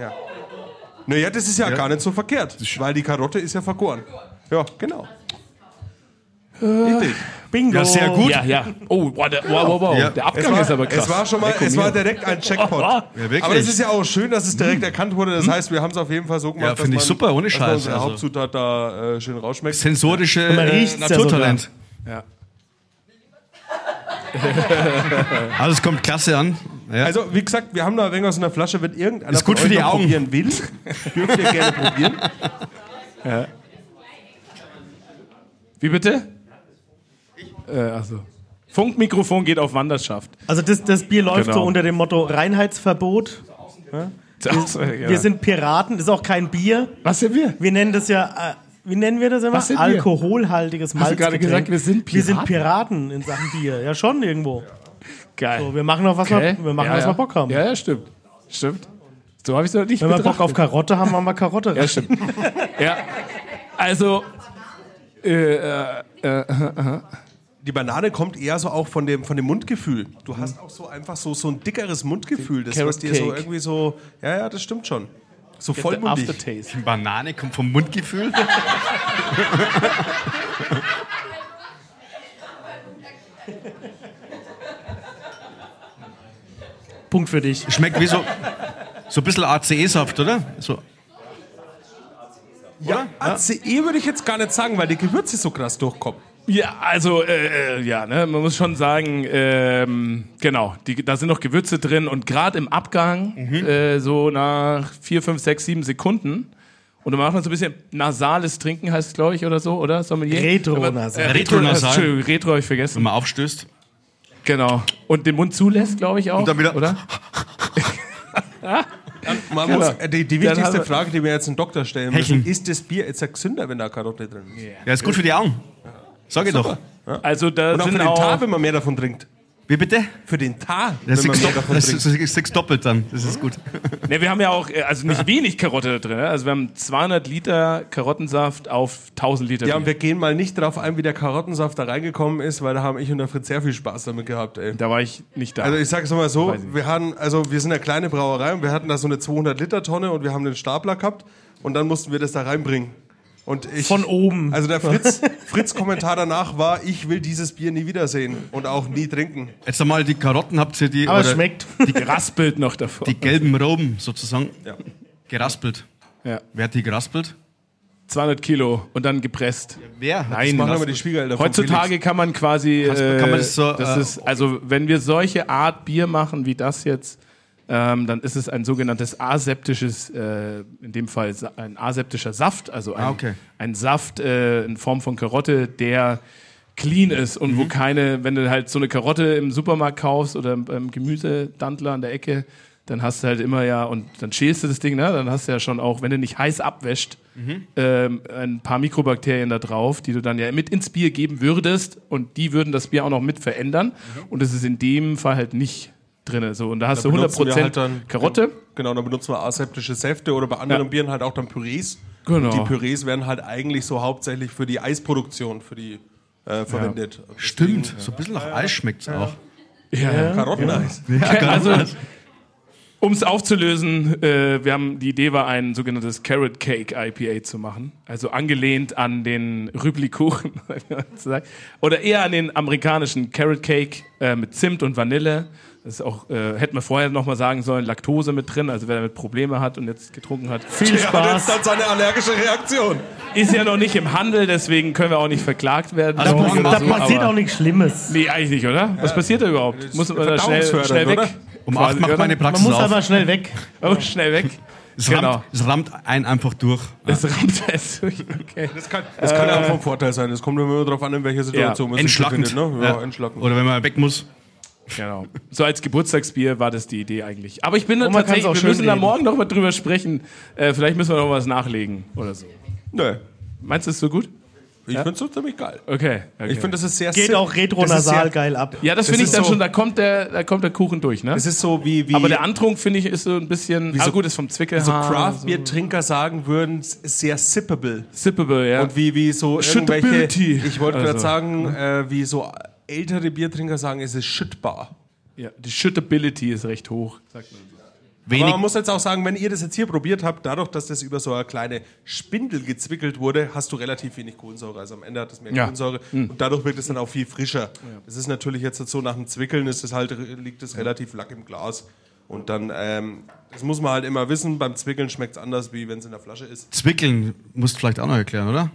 Speaker 4: Ja. Naja, das ist ja, gar nicht so verkehrt, weil die Karotte ist ja vergoren. Ja, genau. Richtig.
Speaker 6: Bingo.
Speaker 7: Ja, sehr gut.
Speaker 5: Ja, ja. Oh, wow, der, wow, wow, wow.
Speaker 7: Ja.
Speaker 5: der Abgang
Speaker 4: Es war,
Speaker 5: ist aber krass.
Speaker 4: es war schon mal, es war direkt ein Checkpot.
Speaker 5: Ja,
Speaker 7: <laughs> wirklich. Hm.
Speaker 4: aber das ist ja auch schön, dass es direkt erkannt wurde. Das heißt, wir haben es auf jeden Fall so gemacht,
Speaker 7: Ja, finde ich
Speaker 4: dass man-
Speaker 7: super, ohne
Speaker 4: dass
Speaker 7: Scheiß,
Speaker 4: man unsere
Speaker 7: also.
Speaker 4: Hauptzutat da äh, schön rausschmeckt.
Speaker 7: Sensorische
Speaker 6: man
Speaker 7: äh,
Speaker 6: riecht's ja
Speaker 7: Naturtalent. Also es kommt klasse an. Ja.
Speaker 4: Also, wie gesagt, wir haben da ein wenig aus einer Flasche, wenn irgendeiner
Speaker 7: Ist gut
Speaker 4: von
Speaker 7: für
Speaker 4: euch
Speaker 7: die
Speaker 4: noch
Speaker 7: Augen.
Speaker 4: probieren will, <laughs> dürft ihr gerne probieren.
Speaker 5: Wie bitte? Äh, also. Funkmikrofon geht auf Wanderschaft.
Speaker 6: Also das, das Bier läuft
Speaker 5: Genau.
Speaker 6: so unter dem Motto Reinheitsverbot. Wir sind Piraten. Das ist auch kein Bier.
Speaker 5: Was sind wir?
Speaker 6: Wir nennen das ja, äh, wie nennen wir das immer?
Speaker 5: Was sind wir?
Speaker 6: Alkoholhaltiges Malz.
Speaker 5: gerade gesagt, wir sind
Speaker 6: Wir sind
Speaker 5: Piraten?
Speaker 6: Piraten in Sachen Bier. Ja, schon irgendwo.
Speaker 5: Geil.
Speaker 6: So, wir machen auch was,
Speaker 5: Okay.
Speaker 6: wir, wir, machen,
Speaker 5: ja,
Speaker 6: was
Speaker 5: ja.
Speaker 6: wir Bock haben.
Speaker 5: Ja, ja, stimmt. Stimmt. So habe ich es noch nicht
Speaker 6: Wenn wir Bock auf
Speaker 5: betrachtet.
Speaker 6: Karotte haben, haben wir Karotte rein. <laughs>
Speaker 5: Ja, stimmt. ja. Also,
Speaker 4: Die Banane kommt eher so auch von dem, von dem Mundgefühl. Du hast auch so einfach so, so ein dickeres Mundgefühl, das was
Speaker 5: Mhm.
Speaker 4: dir
Speaker 5: Carrot
Speaker 4: so
Speaker 5: Cake.
Speaker 4: irgendwie so, ja, ja, das stimmt schon. So vollmundig.
Speaker 5: Aftertaste.
Speaker 7: Banane kommt vom Mundgefühl.
Speaker 6: Punkt für dich.
Speaker 7: Schmeckt wie so, so ein bisschen ACE-Saft, oder? So.
Speaker 4: Ja, ACE würde ich jetzt gar nicht sagen, weil die Gewürze so krass durchkommen.
Speaker 5: Ja, also, äh, äh, ja, ne, man muss schon sagen, ähm, genau, die, da sind noch Gewürze
Speaker 4: Mhm.
Speaker 5: drin und gerade im Abgang, äh, so nach vier, fünf, sechs, sieben Sekunden Und dann macht man so ein bisschen nasales Trinken, heißt es, glaube ich, oder so, oder? Sommelier?
Speaker 6: Retronasal.
Speaker 5: Äh, Retronasal.
Speaker 7: Retronasal.
Speaker 5: Entschuldigung, Retro habe ich vergessen.
Speaker 7: Wenn man aufstößt.
Speaker 5: Genau. Und den Mund zulässt, glaube ich auch.
Speaker 7: Und dann wieder-
Speaker 5: Oder?
Speaker 4: Man
Speaker 5: Genau.
Speaker 4: muss, äh, die, die
Speaker 5: Dann haben
Speaker 4: wichtigste
Speaker 5: wir-
Speaker 4: Frage, die wir jetzt einen Doktor stellen
Speaker 7: Hecheln.
Speaker 4: müssen, ist das Bier jetzt gesünder, wenn da Karotte drin ist?
Speaker 7: Ja, ist gut für die Augen. Sag ich doch.
Speaker 5: Also da
Speaker 4: Und auch für
Speaker 5: sind
Speaker 4: den Tar,
Speaker 5: auch.
Speaker 4: wenn man mehr davon trinkt.
Speaker 7: Wie bitte?
Speaker 4: Für den Tar,
Speaker 7: Ja,
Speaker 4: wenn man
Speaker 7: sechs,
Speaker 4: mehr
Speaker 7: doppelt,
Speaker 4: davon
Speaker 7: das
Speaker 4: trinkt.
Speaker 7: ist sechs doppelt dann. Das ist gut.
Speaker 5: Ne, wir haben ja auch, äh, also nicht wenig Karotte da drin. ne? Also wir haben 200 Liter Karottensaft auf 1000 Liter.
Speaker 4: Ja,
Speaker 5: drin.
Speaker 4: und wir gehen mal nicht drauf ein, wie der Karottensaft da reingekommen ist, weil da haben ich und der Fritz sehr viel Spaß damit gehabt, ey.
Speaker 5: da war ich nicht da.
Speaker 4: Also ich sag's mal so,
Speaker 5: Weiß ich.
Speaker 4: wir hatten, also wir sind eine kleine Brauerei und wir hatten da so eine 200 Liter Tonne und wir haben den Stapler gehabt und dann mussten wir das da reinbringen. Und ich,
Speaker 6: Von oben.
Speaker 4: Also
Speaker 5: <laughs>
Speaker 4: der Fritz, Fritz Kommentar danach war, ich will dieses Bier nie wiedersehen und auch nie trinken.
Speaker 7: Jetzt einmal die Karotten habt ihr die.
Speaker 6: Aber es
Speaker 5: <laughs>
Speaker 7: oder
Speaker 6: schmeckt.
Speaker 5: die geraspelt noch davor.
Speaker 7: Die gelben Roben sozusagen.
Speaker 4: Ja.
Speaker 7: Geraspelt.
Speaker 5: Ja.
Speaker 7: Wer hat die geraspelt?
Speaker 5: 200 Kilo und dann gepresst.
Speaker 7: Wer? hat
Speaker 5: Nein,
Speaker 7: das
Speaker 4: Machen aber
Speaker 7: geraspelt?
Speaker 4: die Schwiegereltern von
Speaker 5: Heutzutage kann man quasi, äh,
Speaker 7: kann man das so,
Speaker 5: das
Speaker 7: äh,
Speaker 5: ist, also wenn wir solche Art Bier machen wie das jetzt, ähm, dann ist es ein sogenanntes aseptisches, äh, in dem Fall sa- ein aseptischer Saft, also ein,
Speaker 7: Ah, okay.
Speaker 5: ein Saft äh, in Form von Karotte, der clean ist und
Speaker 4: Mhm.
Speaker 5: wo keine, wenn du halt so eine Karotte im Supermarkt kaufst oder im Gemüsedandler an der Ecke, dann hast du halt immer ja, und dann schälst du das Ding, ne? dann hast du ja schon auch, wenn du nicht heiß abwäscht,
Speaker 4: Mhm.
Speaker 5: ähm, ein paar Mikrobakterien da drauf, die du dann ja mit ins Bier geben würdest und die würden das Bier auch noch mit verändern und das ist in dem Fall halt nicht drin. So, und da hast
Speaker 4: Mhm. Da
Speaker 5: du
Speaker 4: benutzen wir
Speaker 5: 100%
Speaker 4: halt dann-
Speaker 5: Karotte.
Speaker 4: Genau, dann benutzen wir aseptische Säfte oder bei anderen
Speaker 5: Ja.
Speaker 4: Bieren halt auch dann Pürees.
Speaker 5: Genau.
Speaker 4: Und die Pürees werden halt eigentlich so hauptsächlich für die Eisproduktion für die äh, verwendet.
Speaker 7: Stimmt, so ein bisschen nach Eis schmeckt es auch.
Speaker 5: Ja.
Speaker 4: Karotteneis.
Speaker 5: Also, um es aufzulösen, äh, wir haben die Idee war, ein sogenanntes Carrot Cake IPA zu machen. Also angelehnt an den <laughs> Rüblikuchen, sozusagen. oder eher an den amerikanischen Carrot Cake äh, mit Zimt und Vanille. Das ist auch, äh, hätte man vorher nochmal sagen sollen, Laktose mit drin, also wer damit Probleme hat und jetzt getrunken hat.
Speaker 6: Viel
Speaker 4: Er hat jetzt
Speaker 6: Spaß.
Speaker 4: dann seine allergische Reaktion.
Speaker 5: Ist ja noch nicht im Handel, deswegen können wir auch nicht verklagt werden.
Speaker 7: Also
Speaker 5: Oder
Speaker 7: das-
Speaker 6: Da
Speaker 7: so,
Speaker 6: passiert
Speaker 5: aber-
Speaker 6: auch nichts Schlimmes.
Speaker 5: Nee, eigentlich nicht, oder? Was passiert da überhaupt? Muss man da schnell,
Speaker 4: verdauungsfördernd,
Speaker 5: schnell weg?
Speaker 4: oder?
Speaker 7: Um acht macht
Speaker 5: oder?
Speaker 7: meine
Speaker 6: Man
Speaker 7: Praxis
Speaker 6: muss
Speaker 7: auf.
Speaker 6: aber schnell weg.
Speaker 5: Oh, schnell weg.
Speaker 7: Es
Speaker 5: genau.
Speaker 7: rammt, es rammt einen einfach durch.
Speaker 5: Das rammt
Speaker 6: halt
Speaker 5: es durch. Okay.
Speaker 4: Das kann, das kann ja auch vom Vorteil sein. Das kommt immer darauf an, in welcher Situation man sich
Speaker 7: Entschlackend.
Speaker 4: befindet. Ne? Ja, entschlackend.
Speaker 7: Oder wenn man weg muss.
Speaker 5: Genau. So als Geburtstagsbier war das die Idee eigentlich. Aber ich bin da
Speaker 6: Und man kann's
Speaker 5: tatsächlich, wir
Speaker 6: auch schön
Speaker 5: müssen da
Speaker 6: reden.
Speaker 5: morgen noch mal drüber sprechen. Äh, vielleicht müssen wir noch was nachlegen oder so.
Speaker 4: Nö.
Speaker 5: Meinst du es so gut?
Speaker 4: Ich find's so ziemlich geil.
Speaker 5: Okay. okay.
Speaker 4: Ich finde, das ist sehr
Speaker 6: Geht
Speaker 4: sim-
Speaker 6: auch
Speaker 4: das ist
Speaker 6: retronasal
Speaker 4: sehr-
Speaker 6: geil ab.
Speaker 5: ja, das, finde ich
Speaker 4: ist
Speaker 5: dann
Speaker 4: so-
Speaker 5: schon, da kommt der, da kommt der Kuchen durch, ne?
Speaker 4: Es ist so wie, wie
Speaker 5: Aber der Ah, Antrunk, finde ich, ist so ein bisschen, ah
Speaker 4: so-
Speaker 5: gut, ist vom
Speaker 4: so
Speaker 5: Zwickelhaar.
Speaker 4: craft beer trinker sagen würden, s- sehr sippable.
Speaker 5: Sippable, ja.
Speaker 4: Und wie, wie so irgendwelche,
Speaker 5: Shitability.
Speaker 4: ich wollte gerade
Speaker 5: Also,
Speaker 4: sagen, äh, wie so ältere Biertrinker sagen, es ist shitbar.
Speaker 5: ja. Die Shitability ist recht hoch. Sagt man.
Speaker 4: Aber
Speaker 7: Wenig.
Speaker 4: man muss jetzt auch sagen, wenn ihr das jetzt hier probiert habt, dadurch, dass das über so eine kleine Spindel gezwickelt wurde, hast du relativ wenig Kohlensäure. Also am Ende hat es mehr
Speaker 5: Ja.
Speaker 4: Kohlensäure
Speaker 7: Hm.
Speaker 4: und dadurch wirkt es dann auch viel frischer. Das ist natürlich jetzt so nach dem Zwickeln ist es halt, liegt es relativ lack im Glas. Und dann, ähm, das muss man halt immer wissen, beim Zwickeln schmeckt es anders, wie wenn es in der Flasche ist.
Speaker 7: Zwickeln musst du vielleicht auch noch erklären, oder?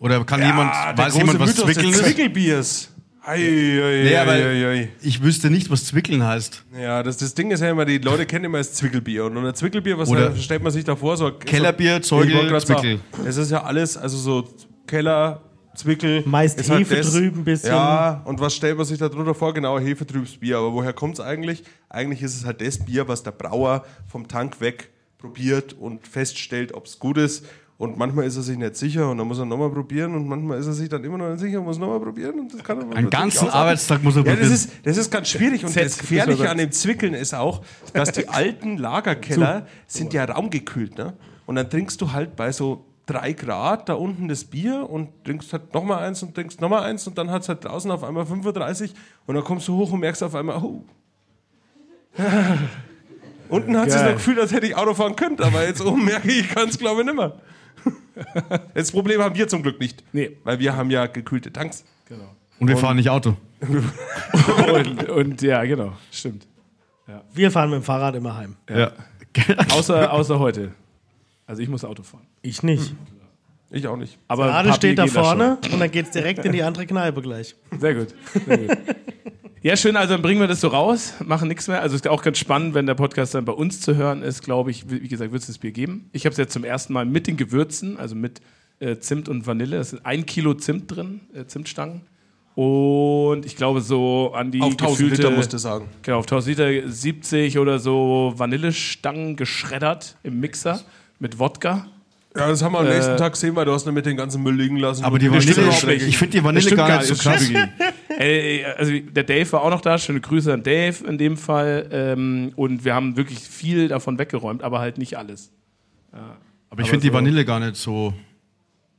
Speaker 7: Oder kann jemand, weiß jemand, was
Speaker 4: Mythos des
Speaker 7: Zwickeln ist?
Speaker 4: Zwickelbiers. Ei, ei,
Speaker 7: Nee,
Speaker 4: ei,
Speaker 7: aber-
Speaker 4: ei, ei.
Speaker 7: Ich wüsste nicht, was Zwickeln heißt.
Speaker 4: Ja, das, das Ding ist ja immer, die Leute kennen immer das Zwickelbier. Und unter Zwickelbier, was
Speaker 7: Oder
Speaker 4: da- stellt man sich da vor? So,
Speaker 7: Kellerbier,
Speaker 4: so,
Speaker 7: Zeugel,
Speaker 4: Ich wollte grad
Speaker 7: Zwickel.
Speaker 4: Sagen, es ist ja alles, also so Keller, Zwickel.
Speaker 6: Meist
Speaker 4: ist halt
Speaker 6: Hefe drüben ein bisschen.
Speaker 4: Ja, und was stellt man sich da drunter vor? Genau, Hefe trübs Bier. Aber woher kommt's eigentlich? Eigentlich ist es halt das Bier, was der Brauer vom Tank weg probiert und feststellt, ob's gut ist. Und manchmal ist er sich nicht sicher und dann muss er nochmal probieren und manchmal ist er sich dann immer noch nicht sicher und muss nochmal probieren. Und das kann er
Speaker 7: Einen ganzen Arbeitstag muss er
Speaker 4: ja, das
Speaker 7: probieren.
Speaker 4: ist, das ist ganz schwierig und das Gefährliche an dem Zwickeln ist auch, dass die alten
Speaker 5: <laughs>
Speaker 4: Lagerkeller sind ja raumgekühlt. Ne? Und dann trinkst du halt bei so drei Grad da unten das Bier und trinkst halt nochmal eins und trinkst nochmal eins und dann hat es halt draußen auf einmal 35 und dann kommst du hoch und merkst auf einmal, oh. <laughs> Unten hat es das
Speaker 5: Geil.
Speaker 4: Gefühl, als hätte ich Auto fahren können, aber jetzt oben <laughs> merke ich, ich kann es glaube ich nicht mehr. <laughs> Das Problem haben wir zum Glück nicht,
Speaker 5: Nee.
Speaker 4: weil wir haben ja gekühlte Tanks.
Speaker 7: Und wir fahren nicht Auto.
Speaker 4: Oh.
Speaker 5: Und, und ja, genau. Stimmt.
Speaker 6: Wir fahren mit dem Fahrrad immer heim.
Speaker 7: Ja.
Speaker 5: Außer, außer heute. Also ich muss Auto fahren.
Speaker 6: Ich nicht.
Speaker 4: Ich auch nicht.
Speaker 5: Aber
Speaker 6: Gerade
Speaker 5: Hm. Papi
Speaker 6: steht da
Speaker 5: geht das
Speaker 6: vorne und dann geht's direkt in die andere Kneipe gleich.
Speaker 4: <laughs>
Speaker 5: schon. Sehr gut. Sehr gut. Ja, schön, also dann bringen wir das so raus, machen nichts mehr. Also ist auch ganz spannend, wenn der Podcast dann bei uns zu hören ist, glaube ich, wie wie gesagt, wird es das Bier geben. Ich habe es jetzt zum ersten Mal mit den Gewürzen, also mit äh, Zimt und Vanille. Es sind ein Kilo Zimt drin, äh, Zimtstangen. Und ich glaube so an die
Speaker 4: Auf 1000
Speaker 5: gefühlte-
Speaker 4: Liter musst du sagen.
Speaker 5: Genau, auf 1000 Liter 70 oder so Vanillestangen geschreddert im Mixer mit Wodka.
Speaker 4: Ja, das haben wir am nächsten Tag gesehen, weil du hast nämlich den ganzen Müll liegen lassen.
Speaker 7: Aber die
Speaker 4: Das stimmt
Speaker 7: Vanille,
Speaker 4: überhaupt nicht.
Speaker 7: ich finde die
Speaker 5: Das
Speaker 7: Vanille
Speaker 5: stimmt
Speaker 7: gar nicht so
Speaker 5: ist krass.
Speaker 7: krass.
Speaker 5: Ey, also der Dave war auch noch da. Schöne Grüße an Dave in dem Fall. Ähm, und wir haben wirklich viel davon weggeräumt, aber halt nicht alles.
Speaker 7: Aber ich finde die Vanille gar nicht so.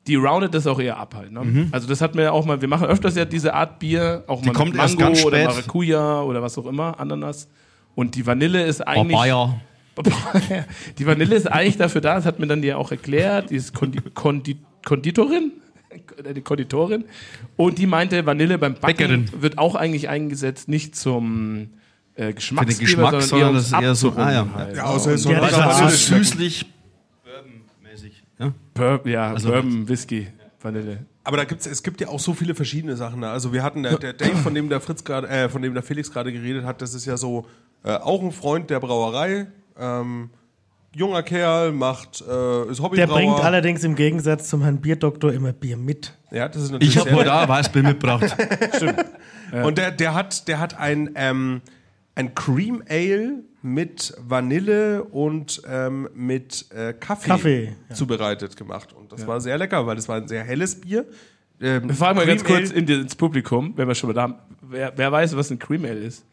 Speaker 5: Die roundet das auch eher ab halt. Ne?
Speaker 7: Mhm.
Speaker 5: Also das hat mir auch mal. Wir machen öfters ja diese Art Bier, auch mal
Speaker 7: kommt
Speaker 5: mit
Speaker 7: erst
Speaker 5: Mango
Speaker 7: ganz
Speaker 5: oder
Speaker 7: spät.
Speaker 5: Maracuja oder was auch immer, Ananas. Und die Vanille ist
Speaker 7: Oh,
Speaker 5: eigentlich.
Speaker 7: Bayer.
Speaker 5: Die Vanille ist eigentlich dafür da, das hat mir dann die auch erklärt, die ist Kondi Kondi Konditorin, eine Konditorin. Und die meinte, Vanille beim Backen
Speaker 7: Bäckerin.
Speaker 5: wird auch eigentlich eingesetzt, nicht zum äh,
Speaker 7: Für
Speaker 5: Geschmacksgeber,
Speaker 7: den Geschmack, sondern das ist eher so. Ah, ja.
Speaker 5: abzurunden halt.
Speaker 4: Ja, außer es soll
Speaker 3: Ja,
Speaker 4: was
Speaker 3: das
Speaker 4: an
Speaker 3: war
Speaker 4: Vanille
Speaker 7: Das
Speaker 4: schmecken.
Speaker 7: ist süßlich. Bourbon-mäßig. Ja?
Speaker 5: Bourbon, ja,
Speaker 7: Also-
Speaker 5: Bourbon, Whisky, Vanille.
Speaker 4: Aber da gibt's, es gibt ja auch so viele verschiedene Sachen. ne? Also wir hatten der, der Dave, von dem der Fritz gerade, äh, von dem der Felix gerade geredet hat, das ist ja so äh, auch ein Freund der Brauerei. Ähm, junger Kerl macht äh, ist Hobbybrauer.
Speaker 3: Der bringt allerdings im Gegensatz zum Herrn Bierdoktor immer Bier mit.
Speaker 4: Ja, das ist natürlich
Speaker 7: Ich habe
Speaker 4: sehr-
Speaker 7: wohl da Weißbier mitgebracht.
Speaker 4: Und der, der hat, der hat ein, ähm, ein Cream Ale mit Vanille und ähm, mit äh, Kaffee,
Speaker 3: Kaffee,
Speaker 4: zubereitet gemacht. Und das war sehr lecker, weil das war ein sehr helles Bier. Ähm,
Speaker 5: Wir fragen mal
Speaker 4: Cream
Speaker 5: ganz kurz
Speaker 4: Ale-
Speaker 5: in, die- ins Publikum, wenn wir schon mal da haben, wer, wer weiß, was ein Cream Ale ist?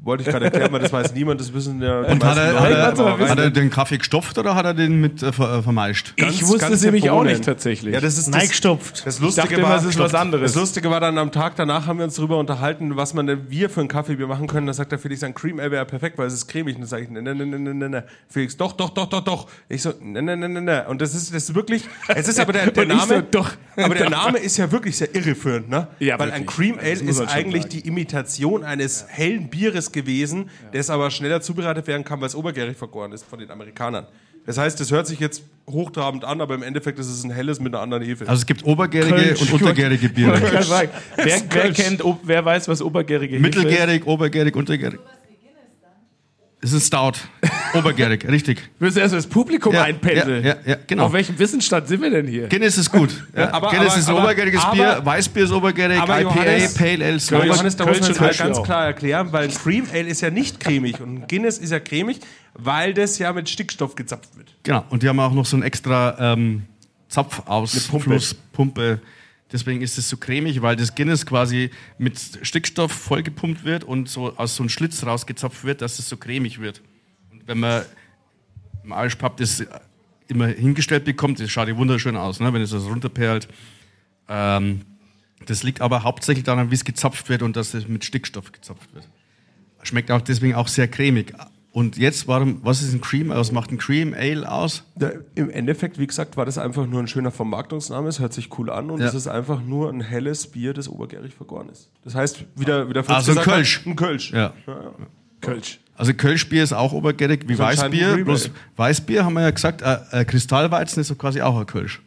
Speaker 4: Wollte ich gerade erklären, weil das weiß niemand, das wissen ja die
Speaker 7: Und hat
Speaker 4: meisten
Speaker 7: er,
Speaker 4: Leute.
Speaker 7: hat,
Speaker 4: aber
Speaker 7: er,
Speaker 4: rein-
Speaker 7: hat er den Kaffee gestopft oder hat er den mit äh, ver, äh, vermeischt?
Speaker 5: ich wusste
Speaker 4: ganz
Speaker 5: es nämlich auch
Speaker 4: Bohnen.
Speaker 5: nicht tatsächlich.
Speaker 4: Ja, das ist
Speaker 3: Nein,
Speaker 4: das,
Speaker 3: gestopft.
Speaker 4: das
Speaker 5: Ich
Speaker 4: Lustige
Speaker 5: dachte immer,
Speaker 4: war,
Speaker 5: es ist was anderes.
Speaker 4: Das Lustige war dann am Tag danach haben wir uns darüber unterhalten, was man denn wir für einen Kaffee wir machen können. Da sagt der Felix, ein Cream Ale wäre perfekt, weil es ist cremig. Und dann sage ich, ne, ne, ne, ne, ne, ne. Felix, doch, doch, doch, doch, doch. Ich so, ne, ne, ne, ne, ne. Und das ist, das ist wirklich, es ist aber
Speaker 5: <laughs>
Speaker 4: der, der
Speaker 5: Und ich
Speaker 4: Name,
Speaker 5: so, doch.
Speaker 4: aber
Speaker 5: <laughs>
Speaker 4: der Name ist ja wirklich sehr irreführend, ne?
Speaker 5: Ja,
Speaker 4: weil ein
Speaker 5: wirklich.
Speaker 4: Cream Ale
Speaker 5: Das muss
Speaker 4: ist
Speaker 5: man schon
Speaker 4: eigentlich
Speaker 5: sagen.
Speaker 4: die Imitation eines hellen Bieres gewesen, das aber schneller zubereitet werden kann, weil es obergärig vergoren ist von den Amerikanern. Das heißt, es hört sich jetzt hochtrabend an, aber im Endeffekt ist es ein helles mit einer anderen Hefe.
Speaker 7: Also es gibt obergärige
Speaker 5: Kölsch.
Speaker 7: und untergärige
Speaker 5: Ich <laughs>
Speaker 7: Biere.
Speaker 5: kann sagen, wer, wer kennt, ob- wer weiß, was obergärige Hefe
Speaker 7: Mittelgärig, obergärig, untergärig. Es ist Stout. Obergärig, richtig.
Speaker 5: Wir müssen erst mal das Publikum
Speaker 7: Ja,
Speaker 5: einpendeln.
Speaker 7: ja, ja, ja, genau.
Speaker 5: Auf welchem Wissensstand sind wir denn hier?
Speaker 7: Guinness ist gut. Ja,
Speaker 4: aber-
Speaker 7: Guinness
Speaker 4: aber-
Speaker 7: ist ein
Speaker 4: aber-
Speaker 7: obergäriges
Speaker 4: aber-
Speaker 7: Bier, Weißbier ist obergärig,
Speaker 4: aber
Speaker 7: IPA,
Speaker 4: Johannes-
Speaker 7: Pale Ale,
Speaker 4: Aber
Speaker 7: Stout.
Speaker 4: Johannes, da muss man jetzt
Speaker 5: Kölsch
Speaker 4: mal
Speaker 5: und
Speaker 4: ganz
Speaker 5: Kirschlauch.
Speaker 4: klar erklären, weil ein Cream Ale ist ja nicht cremig und ein Guinness ist ja cremig, weil das ja mit Stickstoff gezapft wird.
Speaker 7: Genau, und die haben auch noch so ein extra ähm,
Speaker 4: Eine Pumpe.
Speaker 7: Zapfausflusspumpe. Deswegen ist es so cremig, weil das Guinness quasi mit Stickstoff vollgepumpt wird und so aus so einem Schlitz rausgezapft wird, dass es so cremig wird. Und wenn man im Irish Pub das immer hingestellt bekommt, das schaut ja wunderschön aus, ne? wenn es das runterperlt. Ähm, das liegt aber hauptsächlich daran, wie es gezapft wird und dass es mit Stickstoff gezapft wird. Schmeckt auch deswegen auch sehr cremig. Und jetzt, warum, was ist ein Cream? Was macht ein Cream Ale aus?
Speaker 4: Da, Im Endeffekt, wie gesagt, war das einfach nur ein schöner Vermarktungsname, es hört sich cool an und
Speaker 7: Ja.
Speaker 4: es ist einfach nur ein helles Bier, das obergärig vergoren ist. Das heißt, wieder, wieder
Speaker 7: Also ein Kölsch.
Speaker 4: ein Kölsch.
Speaker 7: Ja.
Speaker 5: Kölsch.
Speaker 7: Also Kölschbier ist auch obergärig wie
Speaker 4: anscheinend ein
Speaker 7: Weißbier.
Speaker 4: Cream
Speaker 7: Bloß
Speaker 4: Ale.
Speaker 7: Weißbier haben wir ja gesagt, äh, äh, Kristallweizen ist so quasi auch ein Kölsch.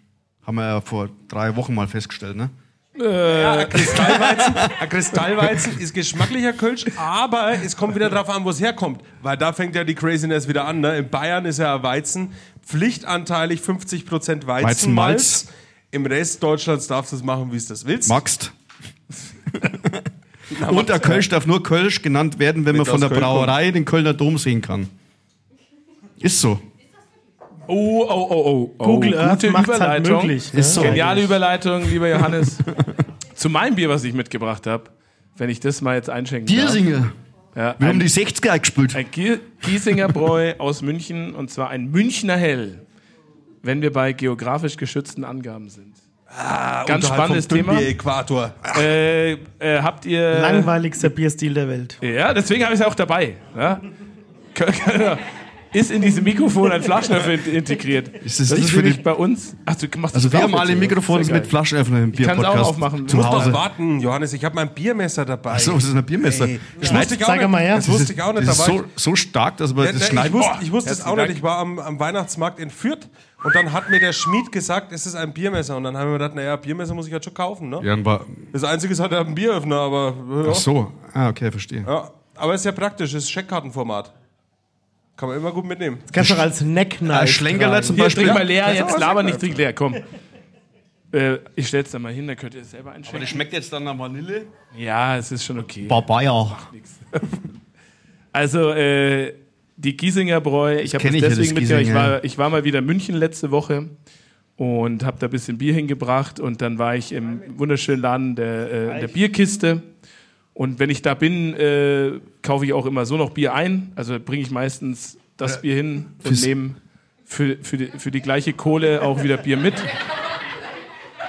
Speaker 7: Haben wir ja vor drei Wochen mal festgestellt, ne?
Speaker 4: Ja, Kristallweizen, ein Kristallweizen ist geschmacklicher Kölsch, aber es kommt wieder drauf an, wo es herkommt. Weil da fängt ja die Craziness wieder an. Ne? In Bayern ist ja Weizen pflichtanteilig 50% Weizenmalz.
Speaker 7: Weizenmalz.
Speaker 4: Im Rest Deutschlands darfst du es machen, wie es das willst.
Speaker 5: <laughs>
Speaker 7: Magst. Und der Kölsch darf nur Kölsch genannt werden, wenn man
Speaker 4: aus
Speaker 7: von der
Speaker 4: Köln
Speaker 7: Brauerei den Kölner Dom sehen kann. Ist so.
Speaker 5: Oh, oh, oh, oh. oh.
Speaker 3: Google Earth macht's halt möglich.
Speaker 7: Ist so.
Speaker 5: Geniale Überleitung, lieber Johannes. Zu meinem Bier, was ich mitgebracht habe, wenn ich das mal jetzt einschenken darf.
Speaker 7: Giersinger.
Speaker 5: Ja,
Speaker 7: Wir haben
Speaker 5: ein,
Speaker 7: die 60er gespielt.
Speaker 5: ein Gier- Giesinger Bräu aus München und zwar ein Münchner Hell, wenn wir bei geografisch geschützten Angaben sind. Ah,
Speaker 4: Unterhalb
Speaker 5: Ganz
Speaker 4: vom
Speaker 5: spannendes Thema.
Speaker 4: Dünnbier Äquator.
Speaker 5: Äh, äh, habt ihr.
Speaker 3: Langweiligster Bierstil der Welt.
Speaker 5: Ja, deswegen habe ich es auch dabei. Ja? Ist in diesem Mikrofon ein Flaschenöffner in- integriert.
Speaker 7: Ist es
Speaker 5: das
Speaker 7: nicht
Speaker 5: ist
Speaker 7: für
Speaker 5: nämlich
Speaker 7: die-
Speaker 5: bei uns. Ach, du machst
Speaker 7: Also
Speaker 5: das
Speaker 7: wir
Speaker 5: auch
Speaker 7: haben
Speaker 5: jetzt,
Speaker 7: alle
Speaker 5: oder?
Speaker 7: Mikrofones
Speaker 5: Sehr geil.
Speaker 7: mit Flaschenöffnern im
Speaker 5: kann's auch
Speaker 7: Bierpodcast.
Speaker 5: aufmachen.
Speaker 7: Zu
Speaker 5: Muss
Speaker 4: Muss
Speaker 7: Hause.
Speaker 4: doch warten, Johannes, ich habe mein Biermesser dabei.
Speaker 7: Achso, das ist ein Biermesser.
Speaker 4: Das wusste ich auch
Speaker 3: Zeig
Speaker 4: nicht.
Speaker 3: mal her.
Speaker 4: Das wusste ich auch nicht.
Speaker 7: Das ist
Speaker 4: Da war ich-
Speaker 7: so, so stark, dass man
Speaker 4: Ja,
Speaker 7: das
Speaker 4: ne, ich
Speaker 7: schneiden
Speaker 4: wusste, ich wusste es
Speaker 5: Herzlichen
Speaker 4: auch nicht.
Speaker 5: Dank.
Speaker 4: Ich war am, am Weihnachtsmarkt in Fürth Und dann hat mir der Schmied gesagt, es ist ein Biermesser. Und dann haben wir gedacht, naja, Biermesser muss ich halt schon kaufen, ne?
Speaker 7: Ja, dann war.
Speaker 4: Das Einzige ist halt ein Bieröffner, aber. äh, Ja.
Speaker 7: Ach so. Ah, okay, verstehe.
Speaker 4: Ja. Aber ist ja praktisch, ist Scheckkartenformat. Kann man immer gut mitnehmen.
Speaker 6: Das kannst du auch als Neckknife.
Speaker 7: Äh, Schlenkerle zum
Speaker 5: Hier,
Speaker 7: Beispiel.
Speaker 5: trink mal leer, jetzt
Speaker 4: auch
Speaker 5: laber
Speaker 4: lecker.
Speaker 5: nicht, trink leer, komm. Äh, ich stell's da mal hin, dann könnt ihr es selber einschenken.
Speaker 7: schmeckt jetzt dann nach Vanille.
Speaker 5: Ja, es ist schon okay.
Speaker 7: Papaya.
Speaker 5: Also, äh, die Giesinger Bräu, ich habe
Speaker 7: kenn
Speaker 5: das
Speaker 7: ich ja, das
Speaker 5: deswegen mitgenommen. Ich
Speaker 7: Giesinger.
Speaker 5: war, ich war mal wieder in München letzte Woche und habe da ein bisschen Bier hingebracht und dann war ich im wunderschönen Laden der, äh, der Bierkiste. Und wenn ich da bin, äh, kaufe ich auch immer so noch Bier ein. Also bringe ich meistens das Bier hin und
Speaker 7: fürs-
Speaker 5: nehme für, für, die, für die gleiche Kohle auch wieder Bier mit.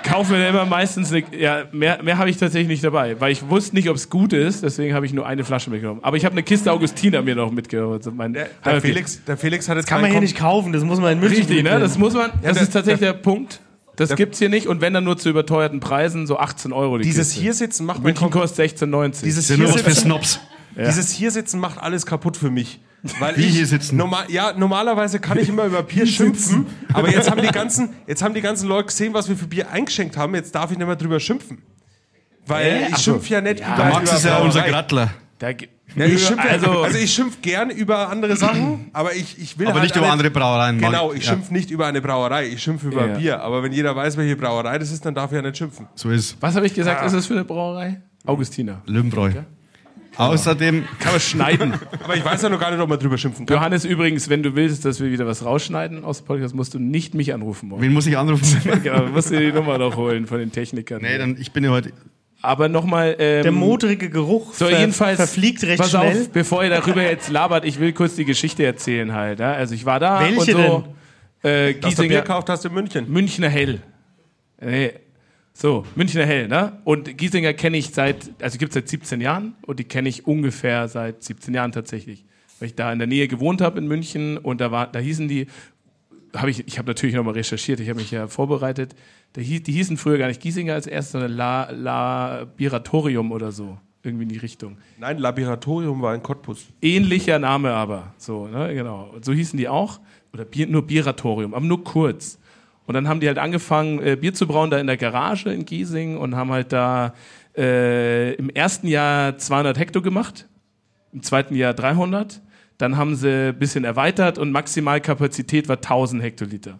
Speaker 5: Kaufe mir dann immer meistens eine, ja, mehr, mehr habe ich tatsächlich nicht dabei, weil ich wusste nicht, ob es gut ist, deswegen habe ich nur eine Flasche mitgenommen. Aber ich habe eine Kiste Augustiner mir noch mitgenommen. Also mein,
Speaker 4: Der,
Speaker 5: Ah, okay.
Speaker 4: der, Felix, der Felix hat jetzt
Speaker 6: Kann man
Speaker 4: keinen
Speaker 6: hier nicht kaufen, das muss man in München
Speaker 5: Richtig, ne?
Speaker 6: mitnehmen.
Speaker 5: Das muss man, das
Speaker 4: der-
Speaker 5: ist tatsächlich der, Punkt. Das gibt's hier nicht und wenn dann nur zu überteuerten Preisen, so 18 Euro die
Speaker 4: Dieses
Speaker 5: Kiste.
Speaker 4: hier sitzen macht mein
Speaker 5: München
Speaker 4: Kom
Speaker 5: kostet 16,90.
Speaker 4: dieses
Speaker 7: Sind
Speaker 4: hier
Speaker 7: nur was für
Speaker 4: sitzen,
Speaker 7: Snobs.
Speaker 4: dieses hier sitzen macht alles kaputt für
Speaker 7: <laughs>
Speaker 4: mich. Weil
Speaker 7: Wie
Speaker 4: ich
Speaker 7: hier sitzen?
Speaker 4: Normal, ja, normalerweise kann ich immer
Speaker 7: <laughs>
Speaker 4: über Bier schimpfen, aber jetzt haben die ganzen, jetzt haben die ganzen Leute gesehen, was wir für Bier eingeschenkt haben. Jetzt darf ich nicht mehr drüber schimpfen. Weil ich schimpf ja nicht über
Speaker 7: Der Max
Speaker 4: über
Speaker 7: ist ja unser
Speaker 4: Brauerei.
Speaker 7: Grattler.
Speaker 5: Da ge-
Speaker 4: Ja, ich schimpf, also,
Speaker 5: also,
Speaker 4: also ich schimpf gern über andere Sachen, aber ich, ich will
Speaker 7: Aber
Speaker 4: halt
Speaker 7: nicht über
Speaker 4: alle-
Speaker 7: andere Brauereien. Max.
Speaker 4: Genau, ich
Speaker 7: Ja,
Speaker 4: schimpf nicht über eine Brauerei, ich schimpf über
Speaker 5: Ja.
Speaker 4: Bier. Aber wenn jeder weiß, welche Brauerei das ist, dann darf ich ja nicht schimpfen.
Speaker 7: So ist
Speaker 5: was habe ich gesagt, ist das für eine Brauerei? Augustiner.
Speaker 7: Löwenbräu. Außerdem
Speaker 5: Kann man schneiden.
Speaker 4: Aber ich weiß ja noch gar nicht, ob man drüber schimpfen kann.
Speaker 5: Johannes, übrigens, wenn du willst, dass wir wieder was rausschneiden aus dem Podcast, musst du nicht mich
Speaker 4: <laughs>
Speaker 5: anrufen morgen.
Speaker 7: <laughs> Wen muss ich anrufen?
Speaker 5: Genau, musst du die Nummer noch holen von den Technikern.
Speaker 7: nee, dann, ich bin ja heute.
Speaker 5: Aber nochmal. Ähm,
Speaker 6: Der motorige Geruch
Speaker 5: so,
Speaker 6: ver
Speaker 5: jedenfalls,
Speaker 6: verfliegt recht
Speaker 5: pass
Speaker 6: schnell.
Speaker 5: Auf, bevor ihr darüber jetzt labert, ich will kurz die Geschichte erzählen halt. Ja? Also ich war da
Speaker 6: Welche
Speaker 5: und so.
Speaker 4: Dass
Speaker 5: Äh,
Speaker 4: du Bier
Speaker 5: Giesinger,
Speaker 4: gekauft hast in München.
Speaker 5: Münchner Hell. Nee. So, Münchner Hell, ne? Und Giesinger kenne ich seit, also gibt es seit 17 Jahren und die kenne ich ungefähr seit 17 Jahren tatsächlich. Weil ich da in der Nähe gewohnt habe in München und da war, da hießen die, habe ich, ich habe natürlich nochmal recherchiert, ich habe mich ja vorbereitet, da hieß, die hießen früher gar nicht Giesinger als erstes, sondern La, La Biratorium oder so. Irgendwie in die Richtung.
Speaker 4: Nein, Laboratorium war in Cottbus.
Speaker 5: Ähnlicher Name aber. So, ne, genau. Und so hießen die auch. Oder Bier, nur Bieratorium, aber nur kurz. Und dann haben die halt angefangen, äh, Bier zu brauen, da in der Garage in Giesing und haben halt da äh, im ersten Jahr 200 Hekto gemacht, im zweiten Jahr 300. Dann haben sie ein bisschen erweitert und Maximalkapazität war 1000 Hektoliter.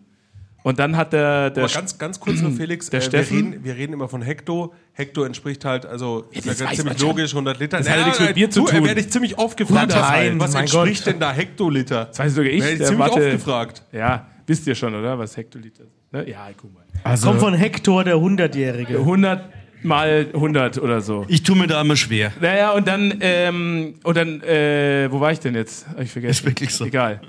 Speaker 5: Und dann hat der, der
Speaker 4: Aber ganz, ganz kurz
Speaker 5: <clears throat>
Speaker 4: nur, Felix.
Speaker 5: Der
Speaker 4: äh, wir,
Speaker 5: Steffen?
Speaker 4: reden, wir reden immer von Hekto. Hekto entspricht halt, also ist ja
Speaker 5: das weiß
Speaker 4: ziemlich
Speaker 5: man schon.
Speaker 4: logisch, 100 Liter.
Speaker 5: Das hat ja nichts mit Bier zu
Speaker 4: du,
Speaker 5: tun.
Speaker 4: werde ich ziemlich oft gefragt, was,
Speaker 6: Nein,
Speaker 4: was
Speaker 6: mein
Speaker 4: entspricht
Speaker 6: Gott.
Speaker 4: denn da Hektoliter?
Speaker 5: weiß sogar ich,
Speaker 4: Werde ich
Speaker 5: der
Speaker 4: ziemlich oft
Speaker 5: Mathe-
Speaker 4: gefragt.
Speaker 5: ja, wisst ihr schon, oder? Was Hektoliter ist. Ne? Ja, guck mal.
Speaker 4: Also-
Speaker 6: Kommt von Hector, der Hundertjährige.
Speaker 5: 100 mal 100 oder so.
Speaker 7: Ich tue mir da immer schwer.
Speaker 5: Naja, und dann, ähm, und dann, äh, wo war ich denn jetzt? Hab ich vergessen.
Speaker 7: Ist wirklich so.
Speaker 5: Egal.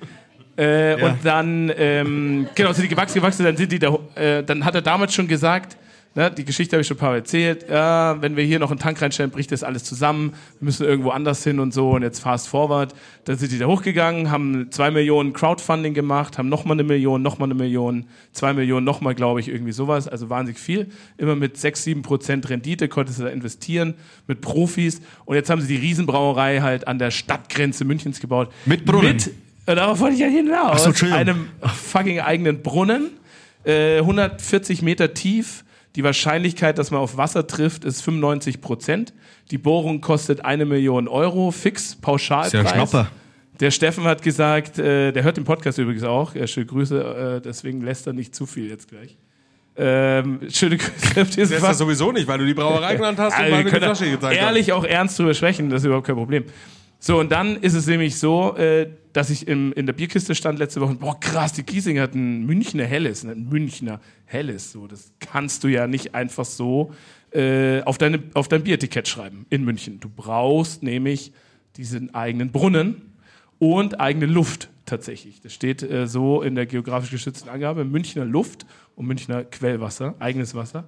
Speaker 5: Äh,
Speaker 7: Ja.
Speaker 5: Und dann, ähm, genau, sind die gewachsen, gewachsen, dann sind die da, äh, dann hat er damals schon gesagt, ne, die Geschichte habe ich schon ein paar Mal erzählt, ja, wenn wir hier noch einen Tank reinstellen, bricht das alles zusammen, wir müssen irgendwo anders hin und so und jetzt fast forward. Dann sind die da hochgegangen, haben zwei Millionen Crowdfunding gemacht, haben nochmal eine Million, nochmal eine Million, zwei Millionen, nochmal, glaube ich, irgendwie sowas, also wahnsinnig viel. Immer mit sechs, sieben Prozent Rendite konntest du da investieren, mit Profis und jetzt haben sie die Riesenbrauerei halt an der Stadtgrenze Münchens gebaut.
Speaker 7: Mit Brunnen.
Speaker 5: Mit und darauf wollte ich ja hinaus.
Speaker 7: so, Entschuldigung.
Speaker 5: einem fucking eigenen Brunnen, äh, 140 Meter tief. Die Wahrscheinlichkeit, dass man auf Wasser trifft, ist 95 Prozent. Die Bohrung kostet eine Million Euro, fix, pauschal.
Speaker 7: Ist ja ein Schnapper.
Speaker 5: Der Steffen hat gesagt, äh, der hört den Podcast übrigens auch. Äh, schöne Grüße, äh, deswegen lässt er nicht zu viel jetzt gleich. Ähm, schöne Grüße auf diesen
Speaker 4: Das ist das sowieso nicht, weil du die
Speaker 5: <laughs>
Speaker 4: Brauerei genannt hast und
Speaker 5: also,
Speaker 4: weil
Speaker 5: wir
Speaker 4: wir die
Speaker 5: können
Speaker 4: Flasche
Speaker 5: da
Speaker 4: gezeigt haben.
Speaker 5: ehrlich auch ernst drüber sprechen, das ist überhaupt kein Problem. So, und dann ist es nämlich so, äh, dass ich im, in der Bierkiste stand letzte Woche, und, boah krass, die Giesing hat ein Münchner Helles, ein Münchner Helles, so, das kannst du ja nicht einfach so äh, auf, deine, auf dein Bieretikett schreiben in München. Du brauchst nämlich diesen eigenen Brunnen und eigene Luft tatsächlich. Das steht äh, so in der geografisch geschützten Angabe, Münchner Luft und Münchner Quellwasser, eigenes Wasser.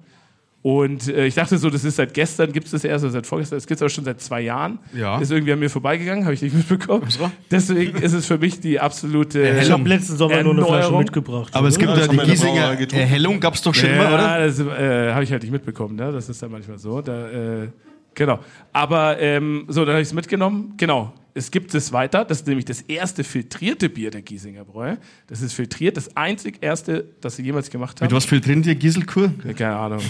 Speaker 5: Und äh, ich dachte so, das ist seit gestern, gibt es das erst oder seit vorgestern, das gibt es aber schon seit zwei Jahren.
Speaker 7: Ja.
Speaker 5: Ist irgendwie an mir vorbeigegangen, habe ich nicht <laughs> mitbekommen. Deswegen ist es für mich die absolute...
Speaker 6: Ich habe letzten Sommer nur eine Flasche
Speaker 5: Erneuerung.
Speaker 6: mitgebracht.
Speaker 7: Aber es gibt
Speaker 4: das
Speaker 7: ja
Speaker 4: haben
Speaker 7: die
Speaker 4: wir in der
Speaker 7: Giesinger
Speaker 4: Brauerei getrunken.
Speaker 7: Erhellung, gab es doch schon immer, oder?
Speaker 5: Ja, das äh, habe ich halt nicht mitbekommen. Ne? Das ist dann manchmal so. Da, äh, genau. Aber ähm, so, dann habe ich es mitgenommen. Genau. es gibt es weiter, das ist nämlich das erste filtrierte Bier der Giesinger Bräu. Das ist filtriert, das einzig erste, das sie jemals gemacht haben.
Speaker 7: Mit was filtrieren die Gieselkur?
Speaker 5: Keine Ahnung.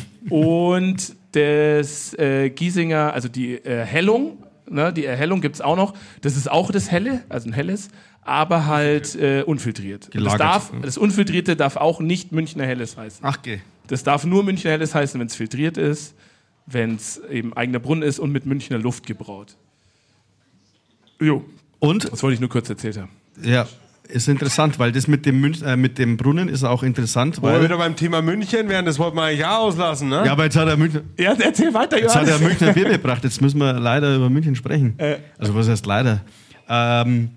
Speaker 5: Und das äh, Giesinger, also die äh, Hellung, ne, die Erhellung gibt's auch noch. Das ist auch das Helle, also ein helles, aber halt äh, unfiltriert. Das,
Speaker 7: Gelagert,
Speaker 5: darf,
Speaker 7: ne?
Speaker 5: das Unfiltrierte darf auch nicht Münchner Helles heißen.
Speaker 7: Ach, geh.
Speaker 5: Das darf nur Münchner Helles heißen, wenn es filtriert ist, wenn es eben eigener Brunnen ist und mit Münchner Luft gebraut. Jo,
Speaker 7: Und
Speaker 5: das wollte ich nur kurz erzählt haben.
Speaker 7: Ja, ist interessant, weil das mit dem, Münch, äh, mit dem Brunnen ist auch interessant,
Speaker 4: Wo wir
Speaker 7: weil.
Speaker 4: wieder beim Thema München wären, das wollten wir eigentlich auch auslassen, ne?
Speaker 7: Ja, aber jetzt hat er Münchner,
Speaker 5: Ja, erzähl weiter,
Speaker 7: jetzt hat er
Speaker 5: Johannes.
Speaker 7: Münchner Bier gebracht, jetzt müssen wir leider über München sprechen.
Speaker 4: Äh.
Speaker 7: Also, was heißt leider? Ähm,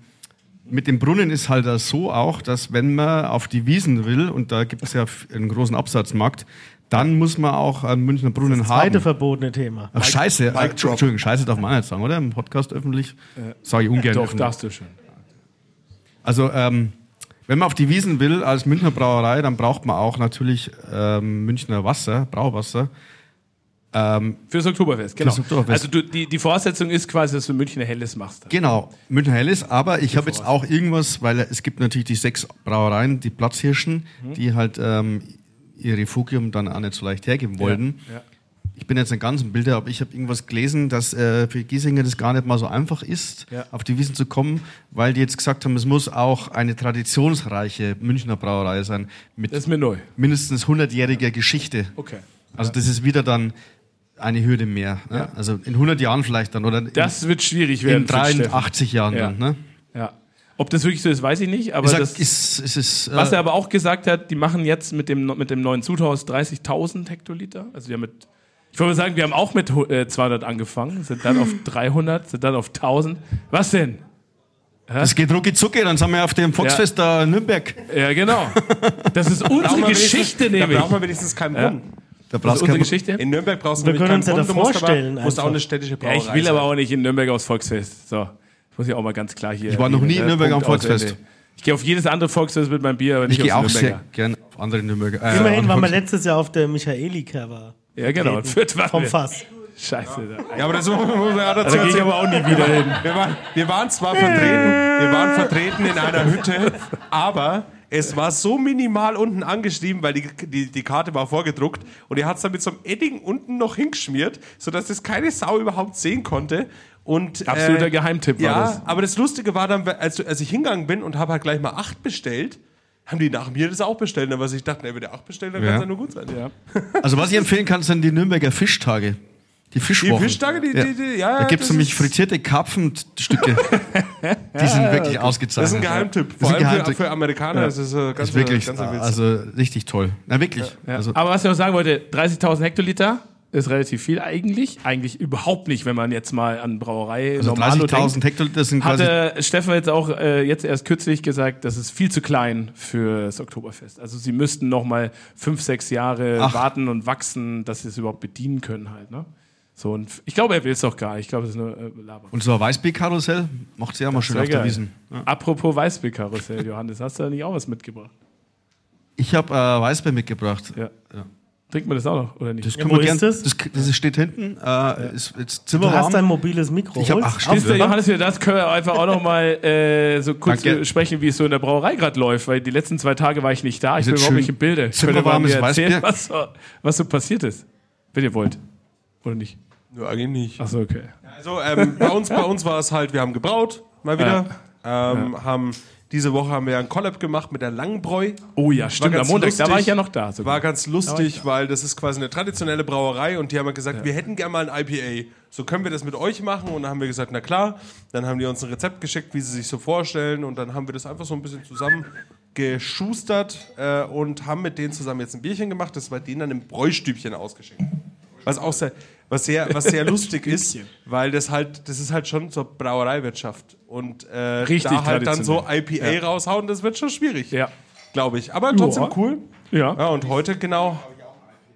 Speaker 7: mit dem Brunnen ist halt das so auch, dass wenn man auf die Wiesen will, und da gibt es ja f- einen großen Absatzmarkt, dann muss man auch einen Münchner Brunnen haben.
Speaker 6: Zweite verbotene Thema.
Speaker 7: Ach, scheiße, äh,
Speaker 4: Mic drop. Äh,
Speaker 7: Entschuldigung, scheiße darf man auch nicht sagen, oder? Im Podcast öffentlich sage ich ungern.
Speaker 5: Doch,
Speaker 7: öffentlich.
Speaker 5: darfst du schon.
Speaker 7: Also, ähm, wenn man auf die Wiesen will als Münchner Brauerei, dann braucht man auch natürlich ähm, Münchner Wasser, Brauwasser.
Speaker 5: Fürs Oktoberfest, genau.
Speaker 7: Fürs Oktoberfest.
Speaker 5: Also du, die, die Voraussetzung ist quasi, dass du Münchner Helles machst.
Speaker 7: Genau, Münchner Helles, aber ich habe jetzt auch irgendwas, weil es gibt natürlich die sechs Brauereien, die Platzhirschen,
Speaker 5: Mhm.
Speaker 7: die halt ähm, ihr Refugium dann auch nicht so leicht hergeben wollten.
Speaker 5: Ja.
Speaker 7: Ich bin jetzt nicht ganz im Bilde, aber ich habe irgendwas gelesen, dass äh, für Giesinger das gar nicht mal so einfach ist,
Speaker 5: Ja.
Speaker 7: auf die Wiesen zu kommen, weil die jetzt gesagt haben, es muss auch eine traditionsreiche Münchner Brauerei sein mit
Speaker 5: Das ist mir neu.
Speaker 7: mindestens 100-jähriger Geschichte.
Speaker 5: Okay.
Speaker 7: Also das ist wieder dann eine Hürde mehr. Ne? Also in 100 Jahren vielleicht dann oder
Speaker 5: Das wird schwierig
Speaker 7: in,
Speaker 5: werden.
Speaker 7: in
Speaker 5: für den Steffen.
Speaker 7: 83 Jahren
Speaker 5: Ja.
Speaker 7: dann. Ne?
Speaker 5: Ja. Ob das wirklich so ist, weiß ich nicht, aber
Speaker 7: Ich sag,
Speaker 5: das,
Speaker 7: ist, ist, ist, äh,
Speaker 5: was er aber auch gesagt hat, die machen jetzt mit dem, mit dem neuen Zuchthaus 30.000 Hektoliter. Also wir haben mit, ich wollte mal sagen, wir haben auch mit hu- äh, 200 angefangen, sind dann auf 300, sind dann auf 1000. Was denn?
Speaker 7: das geht rucki zucki, dann sind wir auf dem Volksfest da in Nürnberg.
Speaker 5: Ja, genau. Das ist unsere Geschichte
Speaker 4: Da
Speaker 5: nämlich.
Speaker 4: brauchen wir wenigstens keinen Brunnen.
Speaker 7: Da
Speaker 5: Das ist
Speaker 7: brauchst
Speaker 5: Also
Speaker 7: du
Speaker 5: unsere
Speaker 7: kein-
Speaker 5: Geschichte.
Speaker 4: In Nürnberg brauchst du
Speaker 6: Wir
Speaker 4: nämlich
Speaker 6: können uns ja
Speaker 4: keinen
Speaker 6: da
Speaker 4: Brunnen, du musst
Speaker 6: vorstellen
Speaker 4: Aber, musst auch
Speaker 6: einfach.
Speaker 4: eine städtische
Speaker 5: Ja,
Speaker 4: Brauerei
Speaker 5: ich will aber
Speaker 4: sein.
Speaker 5: auch nicht in Nürnberg aufs Volksfest. So, das muss ich auch mal ganz klar hier. äh,
Speaker 7: Ich war noch nie in Nürnberg am
Speaker 5: Punkt aus
Speaker 7: Volksfest.
Speaker 5: Ende. Ich gehe auf jedes andere Volksfest mit meinem Bier, aber
Speaker 7: Ich
Speaker 5: nicht
Speaker 7: gehe auch
Speaker 5: aufs
Speaker 7: sehr
Speaker 5: Nürnberger.
Speaker 7: gern auf andere Nürnberger. äh,
Speaker 6: Immerhin waren wir
Speaker 7: andere-
Speaker 6: letztes Jahr auf der Michaelika war.
Speaker 5: Ja, genau. Und Fürth waren
Speaker 6: Vom
Speaker 5: wir.
Speaker 6: Fass.
Speaker 5: Scheiße. Da,
Speaker 4: Ja, aber das muss man ja dazu
Speaker 5: da gehe ich
Speaker 4: erzählen.
Speaker 5: aber auch nie wieder hin.
Speaker 4: Wir waren, wir waren zwar vertreten, wir waren vertreten in einer Hütte, aber es war so minimal unten angeschrieben, weil die, die, die Karte war vorgedruckt und er hat es dann mit so einem Edding unten noch hingeschmiert, sodass das keine Sau überhaupt sehen konnte. Und, äh,
Speaker 5: Absoluter Geheimtipp war
Speaker 4: ja,
Speaker 5: das.
Speaker 4: aber das Lustige war dann, als, als ich hingegangen bin und habe halt gleich mal acht bestellt, haben die nach mir das auch bestellt. Aber ich dachte, ey, wenn der acht bestellt, dann
Speaker 7: Ja.
Speaker 4: kann es ja nur gut sein.
Speaker 7: Also was ich empfehlen kann, sind die Nürnberger Fischtage. Die Fischwochen.
Speaker 4: Fischtage, die- die- die- ja,
Speaker 7: Da gibt es
Speaker 4: das
Speaker 7: nämlich
Speaker 4: ist-
Speaker 7: frittierte Karpfenstücke. die sind wirklich ausgezeichnet.
Speaker 4: Das ist ein Geheimtipp.
Speaker 7: Das
Speaker 4: Vor
Speaker 7: ist ein
Speaker 4: allem für,
Speaker 7: Geheimtipp.
Speaker 4: für Amerikaner.
Speaker 7: Ja.
Speaker 4: Das ist äh, ganz,
Speaker 7: ist wirklich,
Speaker 4: ganz ein Witz.
Speaker 7: also richtig toll. Na wirklich. Also,
Speaker 5: Aber was ich noch sagen wollte, 30.000 Hektoliter ist relativ viel eigentlich. Eigentlich überhaupt nicht, wenn man jetzt mal an Brauerei
Speaker 7: also
Speaker 5: Normalo
Speaker 7: 30.000
Speaker 5: denkt.
Speaker 7: Hektoliter sind quasi
Speaker 5: Hatte Steffen jetzt auch äh, jetzt erst kürzlich gesagt, das ist viel zu klein fürs Oktoberfest. Also sie müssten noch mal fünf, sechs Jahre
Speaker 7: Ach.
Speaker 5: warten und wachsen, dass sie es überhaupt bedienen können halt. Ne? So und f- ich glaube, er will es doch gar. nicht. Ich glaube, es ist nur äh, Laber.
Speaker 7: Und so ein Weißbier-Karussell macht sie auch mal schön
Speaker 5: Sehr
Speaker 7: auf der
Speaker 5: geil.
Speaker 7: Wiesen.
Speaker 5: Apropos Weißbierkarussell, Johannes, hast du da nicht auch was mitgebracht?
Speaker 7: Ich habe äh, Weißbier mitgebracht.
Speaker 5: Ja. Trinkt man das auch noch oder nicht?
Speaker 7: Das können
Speaker 6: wo
Speaker 7: wir gern,
Speaker 6: ist das?
Speaker 7: Das, das steht hinten. Äh, ist jetzt
Speaker 6: Du
Speaker 7: zimmerwarm.
Speaker 6: hast ein mobiles Mikro.
Speaker 7: ich hab,
Speaker 6: holst?
Speaker 7: ach,
Speaker 5: Siehst du,
Speaker 7: stimmt.
Speaker 5: Johannes, wir das können wir einfach auch noch mal äh, so kurz
Speaker 7: Danke.
Speaker 5: sprechen, wie es so in der Brauerei gerade läuft, weil die letzten zwei Tage war ich nicht da. Ich bin
Speaker 7: jetzt
Speaker 5: überhaupt
Speaker 7: schön
Speaker 5: nicht im Bilde. Ich könnte mal
Speaker 7: zimmerwarmes
Speaker 5: mir erzählen,
Speaker 7: Weißbier.
Speaker 5: was so, was so passiert ist, wenn ihr wollt. Oder nicht?
Speaker 4: Nur eigentlich nicht.
Speaker 5: Achso, okay.
Speaker 4: Also ähm, bei uns, bei uns war es halt, wir haben gebraut, mal wieder. Ähm, Haben diese Woche haben wir einen Collab gemacht mit der Langbräu.
Speaker 5: Oh ja, stimmt. Am
Speaker 4: ganz
Speaker 5: Montag, da
Speaker 4: lustig.
Speaker 5: war ich ja noch da. sogar.
Speaker 4: War ganz lustig, weil das ist quasi eine traditionelle Brauerei und die haben halt gesagt, wir hätten gerne mal ein IPA. So können wir das mit euch machen und dann haben wir gesagt, na klar. Dann haben die uns ein Rezept geschickt, wie sie sich so vorstellen und dann haben wir das einfach so ein bisschen zusammen geschustert äh, und haben mit denen zusammen jetzt ein Bierchen gemacht, das war denen dann im Bräustübchen ausgeschenkt. Was auch sehr, was sehr, was
Speaker 5: <laughs>
Speaker 4: sehr lustig ist, weil das halt, das ist halt schon zur Brauereiwirtschaft. Und äh,
Speaker 5: Richtig
Speaker 4: da halt dann so
Speaker 5: traditionell.
Speaker 4: IPA raushauen, das wird schon schwierig.
Speaker 5: Ja.
Speaker 4: Glaube ich. Aber trotzdem
Speaker 5: Ja.
Speaker 4: cool.
Speaker 5: Ja.
Speaker 4: Ja, und heute genau.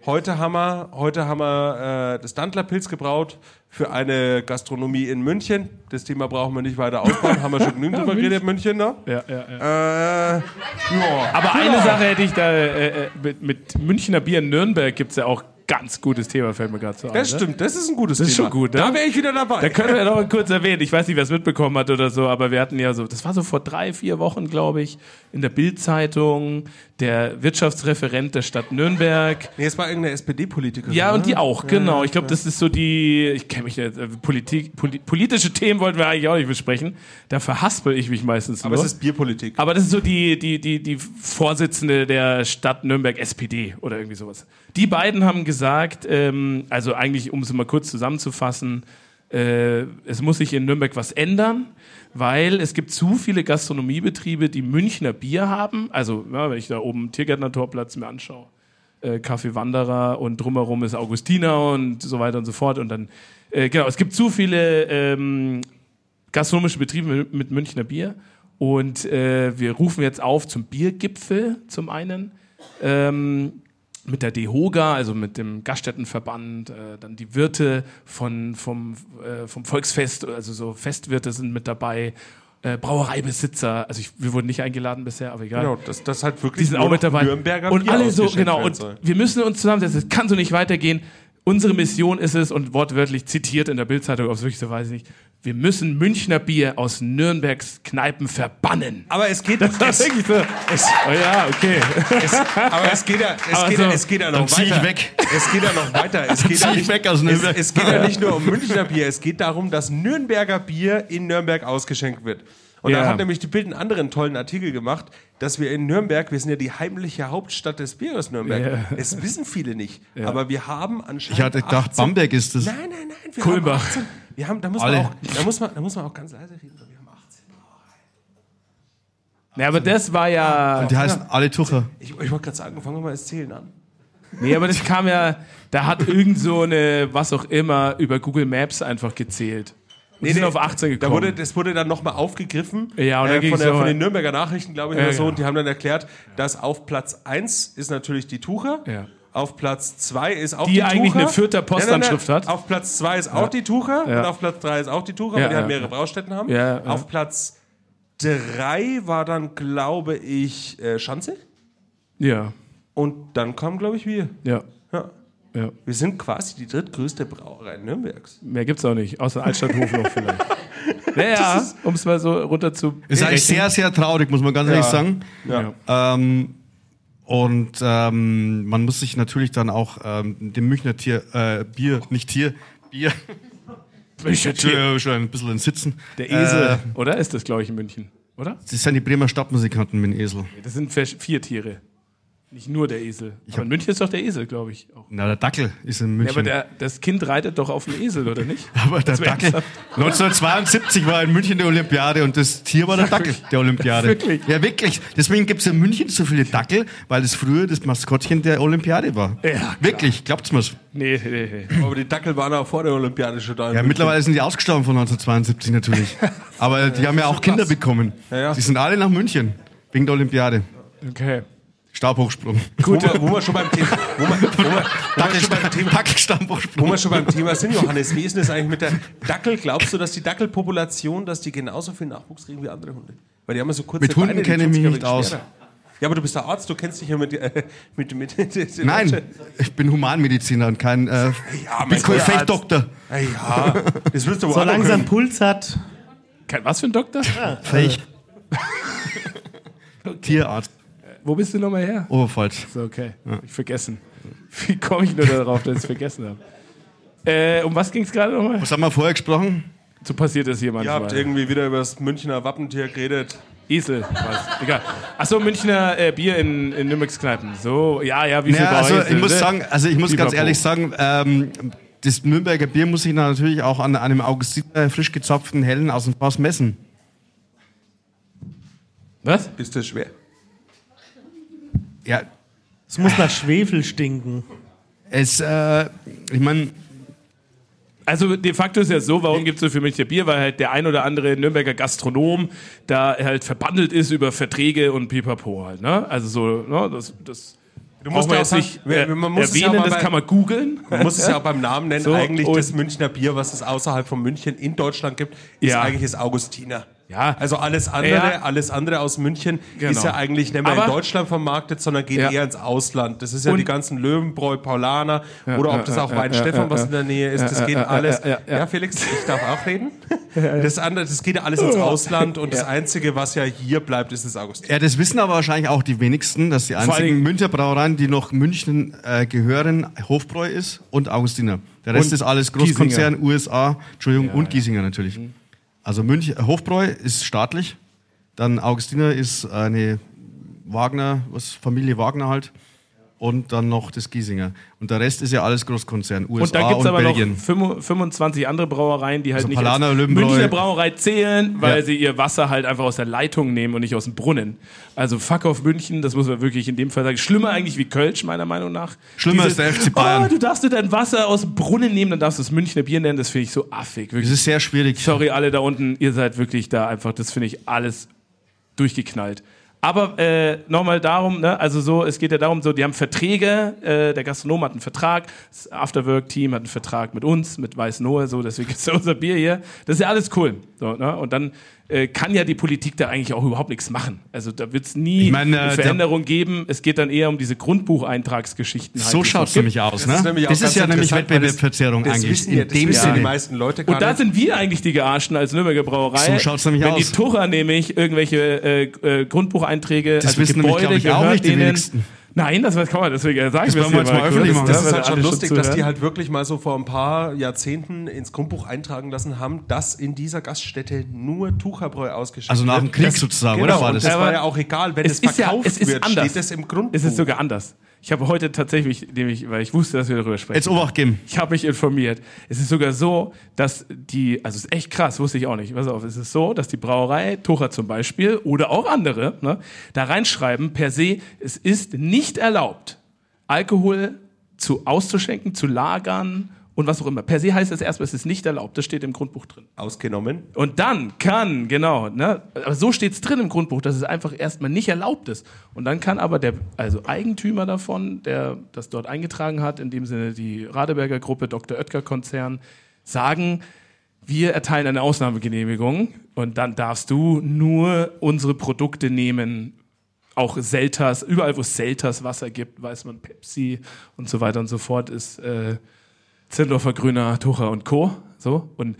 Speaker 4: Heute haben wir, heute haben wir äh, das Dandlerpilz gebraut für eine Gastronomie in München. Das Thema brauchen wir nicht weiter ausbauen, haben wir schon
Speaker 5: <laughs>
Speaker 4: genügend drüber geredet, München, ne?
Speaker 5: Ja, ja, ja.
Speaker 4: Äh, ja. Genau.
Speaker 5: Aber eine Sache hätte ich da, äh, äh, mit, mit Münchner Bier in Nürnberg gibt es ja auch ganz gutes Thema, fällt mir gerade so ein.
Speaker 4: Das
Speaker 5: ne?
Speaker 4: stimmt, das ist ein gutes
Speaker 5: Das
Speaker 4: Thema.
Speaker 5: ist schon gut, ne?
Speaker 4: Da wäre ich wieder dabei.
Speaker 5: Da können wir noch kurz erwähnen. Ich weiß nicht, wer es mitbekommen hat oder so, aber wir hatten ja so, das war so vor drei, vier Wochen, glaube ich, in der Bild-Zeitung, der Wirtschaftsreferent der Stadt Nürnberg.
Speaker 4: nee, es war irgendeine SPD-Politiker.
Speaker 5: Ja, und die auch, genau. Ich glaube, das ist so die, ich kenne mich jetzt, äh, Politik, poli politische Themen wollten wir eigentlich auch nicht besprechen. Da verhaspel ich mich meistens
Speaker 4: Aber
Speaker 5: nur.
Speaker 4: es ist Bierpolitik.
Speaker 5: Aber das ist so die, die, die, die Vorsitzende der Stadt Nürnberg SPD oder irgendwie sowas. Die beiden haben gesagt, ähm, also eigentlich, um es mal kurz zusammenzufassen, äh, es muss sich in Nürnberg was ändern, weil es gibt zu viele Gastronomiebetriebe, die Münchner Bier haben. Also, ja, wenn ich da oben Tiergärtner Torplatz mir anschaue, äh, Café Wanderer und drumherum ist Augustiner und so weiter und so fort. Und dann, äh, genau, es gibt zu viele ähm, gastronomische Betriebe mit, mit Münchner Bier. Und äh, wir rufen jetzt auf zum Biergipfel zum einen. Ähm, mit der DEHOGA, also mit dem Gaststättenverband, äh, dann die Wirte von, vom, äh, vom Volksfest, also so Festwirte sind mit dabei, äh, Brauereibesitzer, also ich, wir wurden nicht eingeladen bisher, aber egal.
Speaker 4: Genau, das, das hat wirklich
Speaker 5: Die sind auch
Speaker 4: nur
Speaker 5: mit
Speaker 4: noch
Speaker 5: dabei.
Speaker 4: Nürnberger
Speaker 5: und
Speaker 4: Bier
Speaker 5: alle so,
Speaker 4: ausgeschenkt
Speaker 5: genau.
Speaker 4: werden
Speaker 5: Und
Speaker 4: soll.
Speaker 5: wir müssen uns zusammensetzen. Es kann so nicht weitergehen. Unsere Mission ist es, und wortwörtlich zitiert in der Bildzeitung, ob es wirklich so weiß ich nicht, wir müssen Münchner Bier aus Nürnbergs Kneipen verbannen.
Speaker 4: aber es
Speaker 5: <laughs>
Speaker 4: geht,
Speaker 5: Das
Speaker 4: es,
Speaker 5: ist wirklich so. Oh ja, okay.
Speaker 4: aber es geht ja, es
Speaker 5: Aber
Speaker 4: geht,
Speaker 5: so,
Speaker 4: ja, es geht ja noch
Speaker 7: dann zieh ich
Speaker 4: weiter.
Speaker 7: weg.
Speaker 4: Es geht ja noch
Speaker 7: <laughs>
Speaker 4: weiter. Es geht
Speaker 7: zieh
Speaker 4: ja
Speaker 7: ich
Speaker 4: nicht,
Speaker 7: weg aus
Speaker 4: es,
Speaker 7: Nürnberg.
Speaker 4: es geht ja nicht
Speaker 7: <laughs>
Speaker 4: nur um Münchner Bier. Es geht darum, dass Nürnberger Bier in Nürnberg ausgeschenkt wird. Und da
Speaker 5: Ja.
Speaker 4: hat nämlich die Bild einen anderen tollen Artikel gemacht, dass wir in Nürnberg, wir sind ja die heimliche Hauptstadt des Bieres Nürnberg.
Speaker 5: Ja.
Speaker 4: Das wissen viele nicht. Aber wir haben anscheinend.
Speaker 7: Ich hatte gedacht,
Speaker 4: 18
Speaker 7: Bamberg ist das.
Speaker 4: Nein, nein, nein. Wir
Speaker 5: Kulmbach.
Speaker 4: Haben 18, wir haben, da muss man
Speaker 7: Alle.
Speaker 4: auch, da muss man, da muss man auch ganz leise reden. Wir haben 18.
Speaker 5: Ja, aber das war ja.
Speaker 7: Die heißen alle Tucher.
Speaker 4: Ich, ich wollte gerade sagen, fangen wir mal das Zählen an.
Speaker 5: Nee, aber das kam ja. Da hat irgend so eine, was auch immer, über Google Maps einfach gezählt. Und die sind
Speaker 4: nee,
Speaker 5: auf
Speaker 4: Da
Speaker 5: 18 gekommen.
Speaker 4: wurde, das wurde dann nochmal aufgegriffen
Speaker 5: Ja, und dann
Speaker 4: äh,
Speaker 5: ging's
Speaker 4: von, der,
Speaker 5: noch
Speaker 4: von
Speaker 5: mal-
Speaker 4: den Nürnberger Nachrichten, glaube ich,
Speaker 5: Ja,
Speaker 4: oder so.
Speaker 5: ja.
Speaker 4: Und die haben dann erklärt, dass auf Platz 1 ist natürlich die Tucher.
Speaker 5: Ja.
Speaker 4: Auf Platz 2 ist auch
Speaker 5: Die
Speaker 4: die,
Speaker 5: eigentlich
Speaker 4: Tucher.
Speaker 5: eine Fürther Postanschrift hat.
Speaker 4: Auf Platz 2 ist auch die Tucher und auf Platz 3 ist auch die Tucher,
Speaker 5: Ja,
Speaker 4: weil die halt
Speaker 5: ja.
Speaker 4: mehrere Braustätten haben.
Speaker 5: Ja, ja.
Speaker 4: Auf Platz 3 war dann, glaube ich, äh, Schanze.
Speaker 5: ja,
Speaker 4: Und dann kamen, glaube ich, wir.
Speaker 5: ja.
Speaker 4: Ja.
Speaker 5: Ja.
Speaker 4: Wir sind quasi die drittgrößte Brauerei
Speaker 7: <clears throat>
Speaker 4: Nürnbergs.
Speaker 5: Mehr gibt's auch nicht, außer Altstadthof noch
Speaker 4: <laughs>
Speaker 5: vielleicht. Naja, um es mal so runter zu.
Speaker 7: Ist eigentlich sehr, sehr traurig, muss man ganz ehrlich sagen.
Speaker 4: Ja.
Speaker 7: Ähm, und ähm, man muss sich natürlich dann auch ähm, dem Münchner Tier, äh, Bier, nicht Tier, Bier, Entschuldigung, <laughs> schon ein bisschen in Sitzen.
Speaker 5: Der Esel,
Speaker 7: Äh,
Speaker 5: oder? Ist das, glaube ich, in München, oder?
Speaker 7: das sind die Bremer Stadtmusikanten mit dem Esel.
Speaker 5: Das sind vers- vier Tiere. Nicht nur der Esel. Aber in München ist doch der Esel, glaube ich. Auch.
Speaker 7: Na, der Dackel ist in
Speaker 5: Ja, aber
Speaker 7: München.
Speaker 5: der, das Kind reitet doch auf dem Esel, oder nicht?
Speaker 7: aber der
Speaker 5: wär
Speaker 7: Dackel. 1972 war in München die Olympiade und das Tier war der Dackel der Olympiade.
Speaker 5: Wirklich?
Speaker 7: Ja, wirklich. Deswegen gibt es in München so viele Dackel, weil das früher das Maskottchen der Olympiade war.
Speaker 5: klar.
Speaker 7: Wirklich, glaubt's mir's.
Speaker 5: Nee, nee, nee.
Speaker 4: Aber die Dackel waren auch vor der Olympiade schon da. in
Speaker 7: Ja,
Speaker 4: München.
Speaker 7: mittlerweile sind die ausgestorben von 1972 natürlich. Aber die haben ja auch Kinder bekommen.
Speaker 4: ja.
Speaker 7: Die sind alle nach München wegen der Olympiade.
Speaker 5: Okay.
Speaker 7: Stabhochsprung.
Speaker 4: Wo, wir, wo, wir schon beim Thema, wo, wir, wo,
Speaker 7: <laughs>
Speaker 4: wir, wo, wir schon beim Thema, wo
Speaker 7: Dackelstabhochsprung.
Speaker 4: wir schon beim Thema sind, Johannes, wie ist denn das eigentlich mit der Dackel? Glaubst du, dass die Dackelpopulation, dass die genauso viel Nachwuchs kriegen wie andere Hunde? Weil die haben ja so kurze
Speaker 7: Mit Hunden
Speaker 4: Beine, die
Speaker 7: kenne ich mich
Speaker 4: tut's,
Speaker 7: nicht
Speaker 4: glaub ich,
Speaker 7: aus.
Speaker 4: schwerer. Ja, aber du bist der Arzt, du kennst dich ja mit... Äh, mit, mit, mit
Speaker 7: Nein, ich bin Humanmediziner und kein äh,
Speaker 4: Ja, mein
Speaker 7: bin kein
Speaker 4: Tierarzt.
Speaker 7: Fechdoktor.
Speaker 4: Ah, ja, das wirst du aber auch noch
Speaker 6: Solange er einen
Speaker 4: können.
Speaker 6: Puls hat,
Speaker 5: Kein, was für ein Doktor?
Speaker 7: Fech. Tierarzt.
Speaker 5: Wo bist du nochmal her?
Speaker 7: Oberpfalz.
Speaker 5: So, okay. Ich vergessen. <laughs> Wie komme ich nur darauf, dass ich es vergessen habe? Äh, um was ging es gerade nochmal?
Speaker 7: Was haben wir vorher gesprochen?
Speaker 5: So passiert es hier
Speaker 4: Ihr
Speaker 5: manchmal.
Speaker 4: habt irgendwie wieder über das Münchner Wappentier geredet.
Speaker 5: Esel, was? Egal. Achso, Münchner äh, Bier in, in Nürnbergs Kneipen. So, ja, ja, wie viel
Speaker 7: Naja,
Speaker 5: war
Speaker 7: also ich
Speaker 5: Esel, ne?
Speaker 7: muss sagen, also ich muss ganz
Speaker 5: Pipapo.
Speaker 7: ehrlich sagen, ähm, das Nürnberger Bier muss ich natürlich auch an einem Augustiner frisch gezapften Hellen aus dem Fass messen.
Speaker 5: Was?
Speaker 4: Ist das schwer?
Speaker 7: Ja,
Speaker 6: es muss nach Schwefel stinken.
Speaker 7: es, äh, ich meine,
Speaker 5: Also de facto ist ja so, warum gibt es so viel Münchner Bier? Weil halt der ein oder andere Nürnberger Gastronom da halt verbandelt ist über Verträge und Pipapo halt, ne? Also so, ne? Das, das
Speaker 4: Du
Speaker 5: muss man
Speaker 4: ja
Speaker 5: jetzt
Speaker 4: sagen,
Speaker 5: nicht
Speaker 4: wir-
Speaker 5: äh,
Speaker 4: wir- man muss es ja
Speaker 5: erwähnen,
Speaker 4: auch mal
Speaker 5: das
Speaker 4: bei-
Speaker 5: kann
Speaker 4: <laughs>
Speaker 5: man googeln.
Speaker 4: Man muss es ja auch beim Namen nennen.
Speaker 5: So,
Speaker 4: eigentlich
Speaker 5: und-
Speaker 4: das Münchner Bier, was es außerhalb von München in Deutschland gibt, ist
Speaker 5: Ja.
Speaker 4: eigentlich das Augustiner.
Speaker 5: Ja,
Speaker 4: Also alles andere,
Speaker 5: Ja.
Speaker 4: alles andere aus München
Speaker 5: Genau.
Speaker 4: ist ja eigentlich nicht mehr
Speaker 5: Aber-
Speaker 4: in Deutschland vermarktet, sondern geht
Speaker 5: Ja.
Speaker 4: eher ins Ausland. Das ist ja
Speaker 5: Und-
Speaker 4: die ganzen Löwenbräu, Paulaner oder ob das auch
Speaker 5: ja,
Speaker 4: Wein
Speaker 5: ja,
Speaker 4: Stefan,
Speaker 5: ja,
Speaker 4: was
Speaker 5: ja.
Speaker 4: in der Nähe ist, das
Speaker 5: ja,
Speaker 4: geht
Speaker 5: ja,
Speaker 4: alles.
Speaker 5: ja, ja, ja.
Speaker 4: Ja, Felix, ich darf auch
Speaker 5: <laughs>
Speaker 4: reden. Das andere, das geht ja alles ins Ausland und das Einzige, was ja hier bleibt, ist das August.
Speaker 7: Ja, das wissen aber wahrscheinlich auch die wenigsten, dass die
Speaker 5: allen
Speaker 7: einzigen
Speaker 5: Dingen-
Speaker 7: Münter Brauereien, die noch München äh, gehören, Hofbräu ist und Augustiner. Der Rest
Speaker 5: Und
Speaker 7: ist alles Großkonzern, USA, Entschuldigung, und Giesinger natürlich.
Speaker 4: Mhm.
Speaker 7: Also Münch, äh, Hofbräu ist staatlich, dann Augustiner ist eine Wagner, was Familie Wagner halt. Und dann noch das Giesinger. Und der Rest ist ja alles Großkonzern, USA
Speaker 5: Und
Speaker 7: und,
Speaker 5: dann gibt es aber
Speaker 7: Belgien.
Speaker 5: noch 5 25 andere Brauereien, die halt
Speaker 7: Also
Speaker 5: nicht
Speaker 7: Palaner,
Speaker 5: als
Speaker 7: Löwenbräu.
Speaker 5: Münchner Brauerei zählen, weil
Speaker 7: Ja.
Speaker 5: sie ihr Wasser halt einfach aus der Leitung nehmen und nicht aus dem Brunnen. Also fuck auf München, das muss man wirklich in dem Fall sagen. Schlimmer eigentlich wie Kölsch, meiner Meinung nach.
Speaker 7: Schlimmer ist der FC Bayern.
Speaker 5: Oh, du darfst dir dein Wasser aus dem Brunnen nehmen, dann darfst du es Münchner Bier nennen, das finde ich so affig.
Speaker 7: Es
Speaker 5: Wirklich.
Speaker 7: ist sehr schwierig.
Speaker 5: Sorry alle da unten, ihr seid wirklich da einfach, das finde ich alles durchgeknallt. Aber äh, nochmal darum, ne? also so, es geht ja darum, so, die haben Verträge, äh, der Gastronom hat einen Vertrag, das Afterwork-Team hat einen Vertrag mit uns, mit Weiß Noah, so, deswegen <laughs> gibt's ja unser Bier hier. Das ist ja alles cool. So, ne? Und dann äh, kann ja die Politik da eigentlich auch überhaupt nichts machen. Also da wird's nie
Speaker 7: Ich meine, äh,
Speaker 5: eine
Speaker 7: der-
Speaker 5: Veränderung geben. Es geht dann eher um diese Grundbucheintragsgeschichten.
Speaker 7: So
Speaker 5: die es
Speaker 7: schaut es
Speaker 5: gibt.
Speaker 7: nämlich aus.
Speaker 4: Das ist
Speaker 7: Ne?
Speaker 4: nämlich auch
Speaker 7: Das ist
Speaker 4: ganz
Speaker 7: ja nämlich
Speaker 4: interessant, weil das-
Speaker 7: Wettbewerbsverzerrung
Speaker 4: Das
Speaker 7: eigentlich.
Speaker 4: wissen, ja,
Speaker 7: In
Speaker 4: das
Speaker 7: dem
Speaker 4: wissen ja die
Speaker 7: Sinne.
Speaker 4: meisten Leute gar
Speaker 5: Und da
Speaker 4: nicht.
Speaker 5: sind wir eigentlich die Gearschten als Nürnberger Brauerei.
Speaker 7: So schaut's nämlich
Speaker 5: Wenn
Speaker 7: aus.
Speaker 5: die Tucher nämlich irgendwelche äh, äh, Grundbucheinträge,
Speaker 7: Das wissen nämlich, glaub ich, auch
Speaker 5: gehört
Speaker 7: nicht die
Speaker 5: denen-
Speaker 7: wenigsten.
Speaker 5: Nein, das kann man deswegen ja sagen.
Speaker 7: Das
Speaker 5: wir's
Speaker 7: wollen wir
Speaker 5: hier
Speaker 7: jetzt mal
Speaker 5: kurz,
Speaker 7: öffentlich machen.
Speaker 5: ne,
Speaker 4: Das ist
Speaker 5: weil
Speaker 4: halt schon
Speaker 5: alle
Speaker 4: lustig, dass die
Speaker 5: zuhören.
Speaker 4: halt wirklich mal so vor ein paar Jahrzehnten ins Grundbuch eintragen lassen haben, dass in dieser Gaststätte nur Tucherbräu ausgeschrieben
Speaker 7: Also nach dem
Speaker 4: wird.
Speaker 7: Krieg sozusagen,
Speaker 4: Genau,
Speaker 7: oder war
Speaker 4: und
Speaker 7: das?
Speaker 4: das war
Speaker 5: Aber
Speaker 4: ja auch egal, wenn
Speaker 5: es
Speaker 4: es,
Speaker 5: ist ja-
Speaker 4: verkauft
Speaker 5: es ist
Speaker 4: wird,
Speaker 5: anders.
Speaker 4: steht es im Grundbuch.
Speaker 5: Es ist sogar anders. Ich habe heute tatsächlich, nämlich, weil ich wusste, dass wir darüber sprechen.
Speaker 7: Jetzt Obacht geben.
Speaker 5: Ich habe mich informiert. Es ist sogar so, dass die, also es ist echt krass, wusste ich auch nicht. Pass auf, es ist so, dass die Brauerei, Tucher zum Beispiel oder auch andere, ne, da reinschreiben per se, es ist nicht erlaubt, Alkohol zu auszuschenken, zu lagern und was auch immer. Per se heißt es erstmal, es ist nicht erlaubt. Das steht im Grundbuch drin.
Speaker 4: Ausgenommen.
Speaker 5: Und dann kann, genau, ne, aber so steht's drin im Grundbuch, dass es einfach erstmal nicht erlaubt ist. Und dann kann aber der, also Eigentümer davon, der das dort eingetragen hat, in dem Sinne die Radeberger Gruppe, Dr. Oetker Konzern, sagen, wir erteilen eine Ausnahmegenehmigung und dann darfst du nur unsere Produkte nehmen, auch Selters, überall wo es Selters Wasser gibt, weiß man, Pepsi und so weiter und so fort ist äh, Zindorfer Grüner, Tucher und Co. So und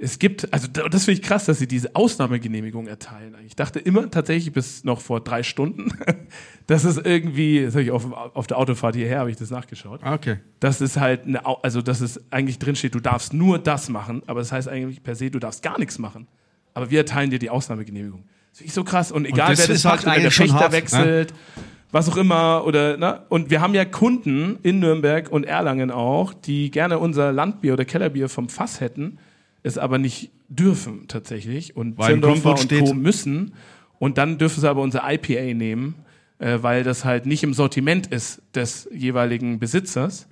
Speaker 5: es gibt, also da- das finde ich krass, dass sie diese Ausnahmegenehmigung erteilen. Ich dachte immer tatsächlich bis noch vor drei Stunden, <laughs> dass es irgendwie, das habe ich auf, dem Au- auf der Autofahrt hierher, habe ich das nachgeschaut,
Speaker 7: Ah, okay.
Speaker 5: dass es halt, eine, Au- also dass es eigentlich drinsteht, du darfst nur das machen, aber das heißt eigentlich per se, du darfst gar nichts machen. Aber wir erteilen dir die Ausnahmegenehmigung. Das finde ich so krass. Und egal,
Speaker 7: das
Speaker 5: wer das
Speaker 7: ist halt
Speaker 5: macht, wenn der
Speaker 7: eigentlich schon
Speaker 5: Pächter
Speaker 7: hart, ne?
Speaker 5: wechselt, was auch immer, oder, ne? Und wir haben ja Kunden in Nürnberg und Erlangen auch, die gerne unser Landbier oder Kellerbier vom Fass hätten, es aber nicht dürfen, tatsächlich. Und
Speaker 7: Weil im
Speaker 5: Zirndorfer und
Speaker 7: Grundbuch
Speaker 5: Co.
Speaker 7: steht-
Speaker 5: müssen. Und dann dürfen sie aber unser IPA nehmen, äh, weil das halt nicht im Sortiment ist des jeweiligen Besitzers.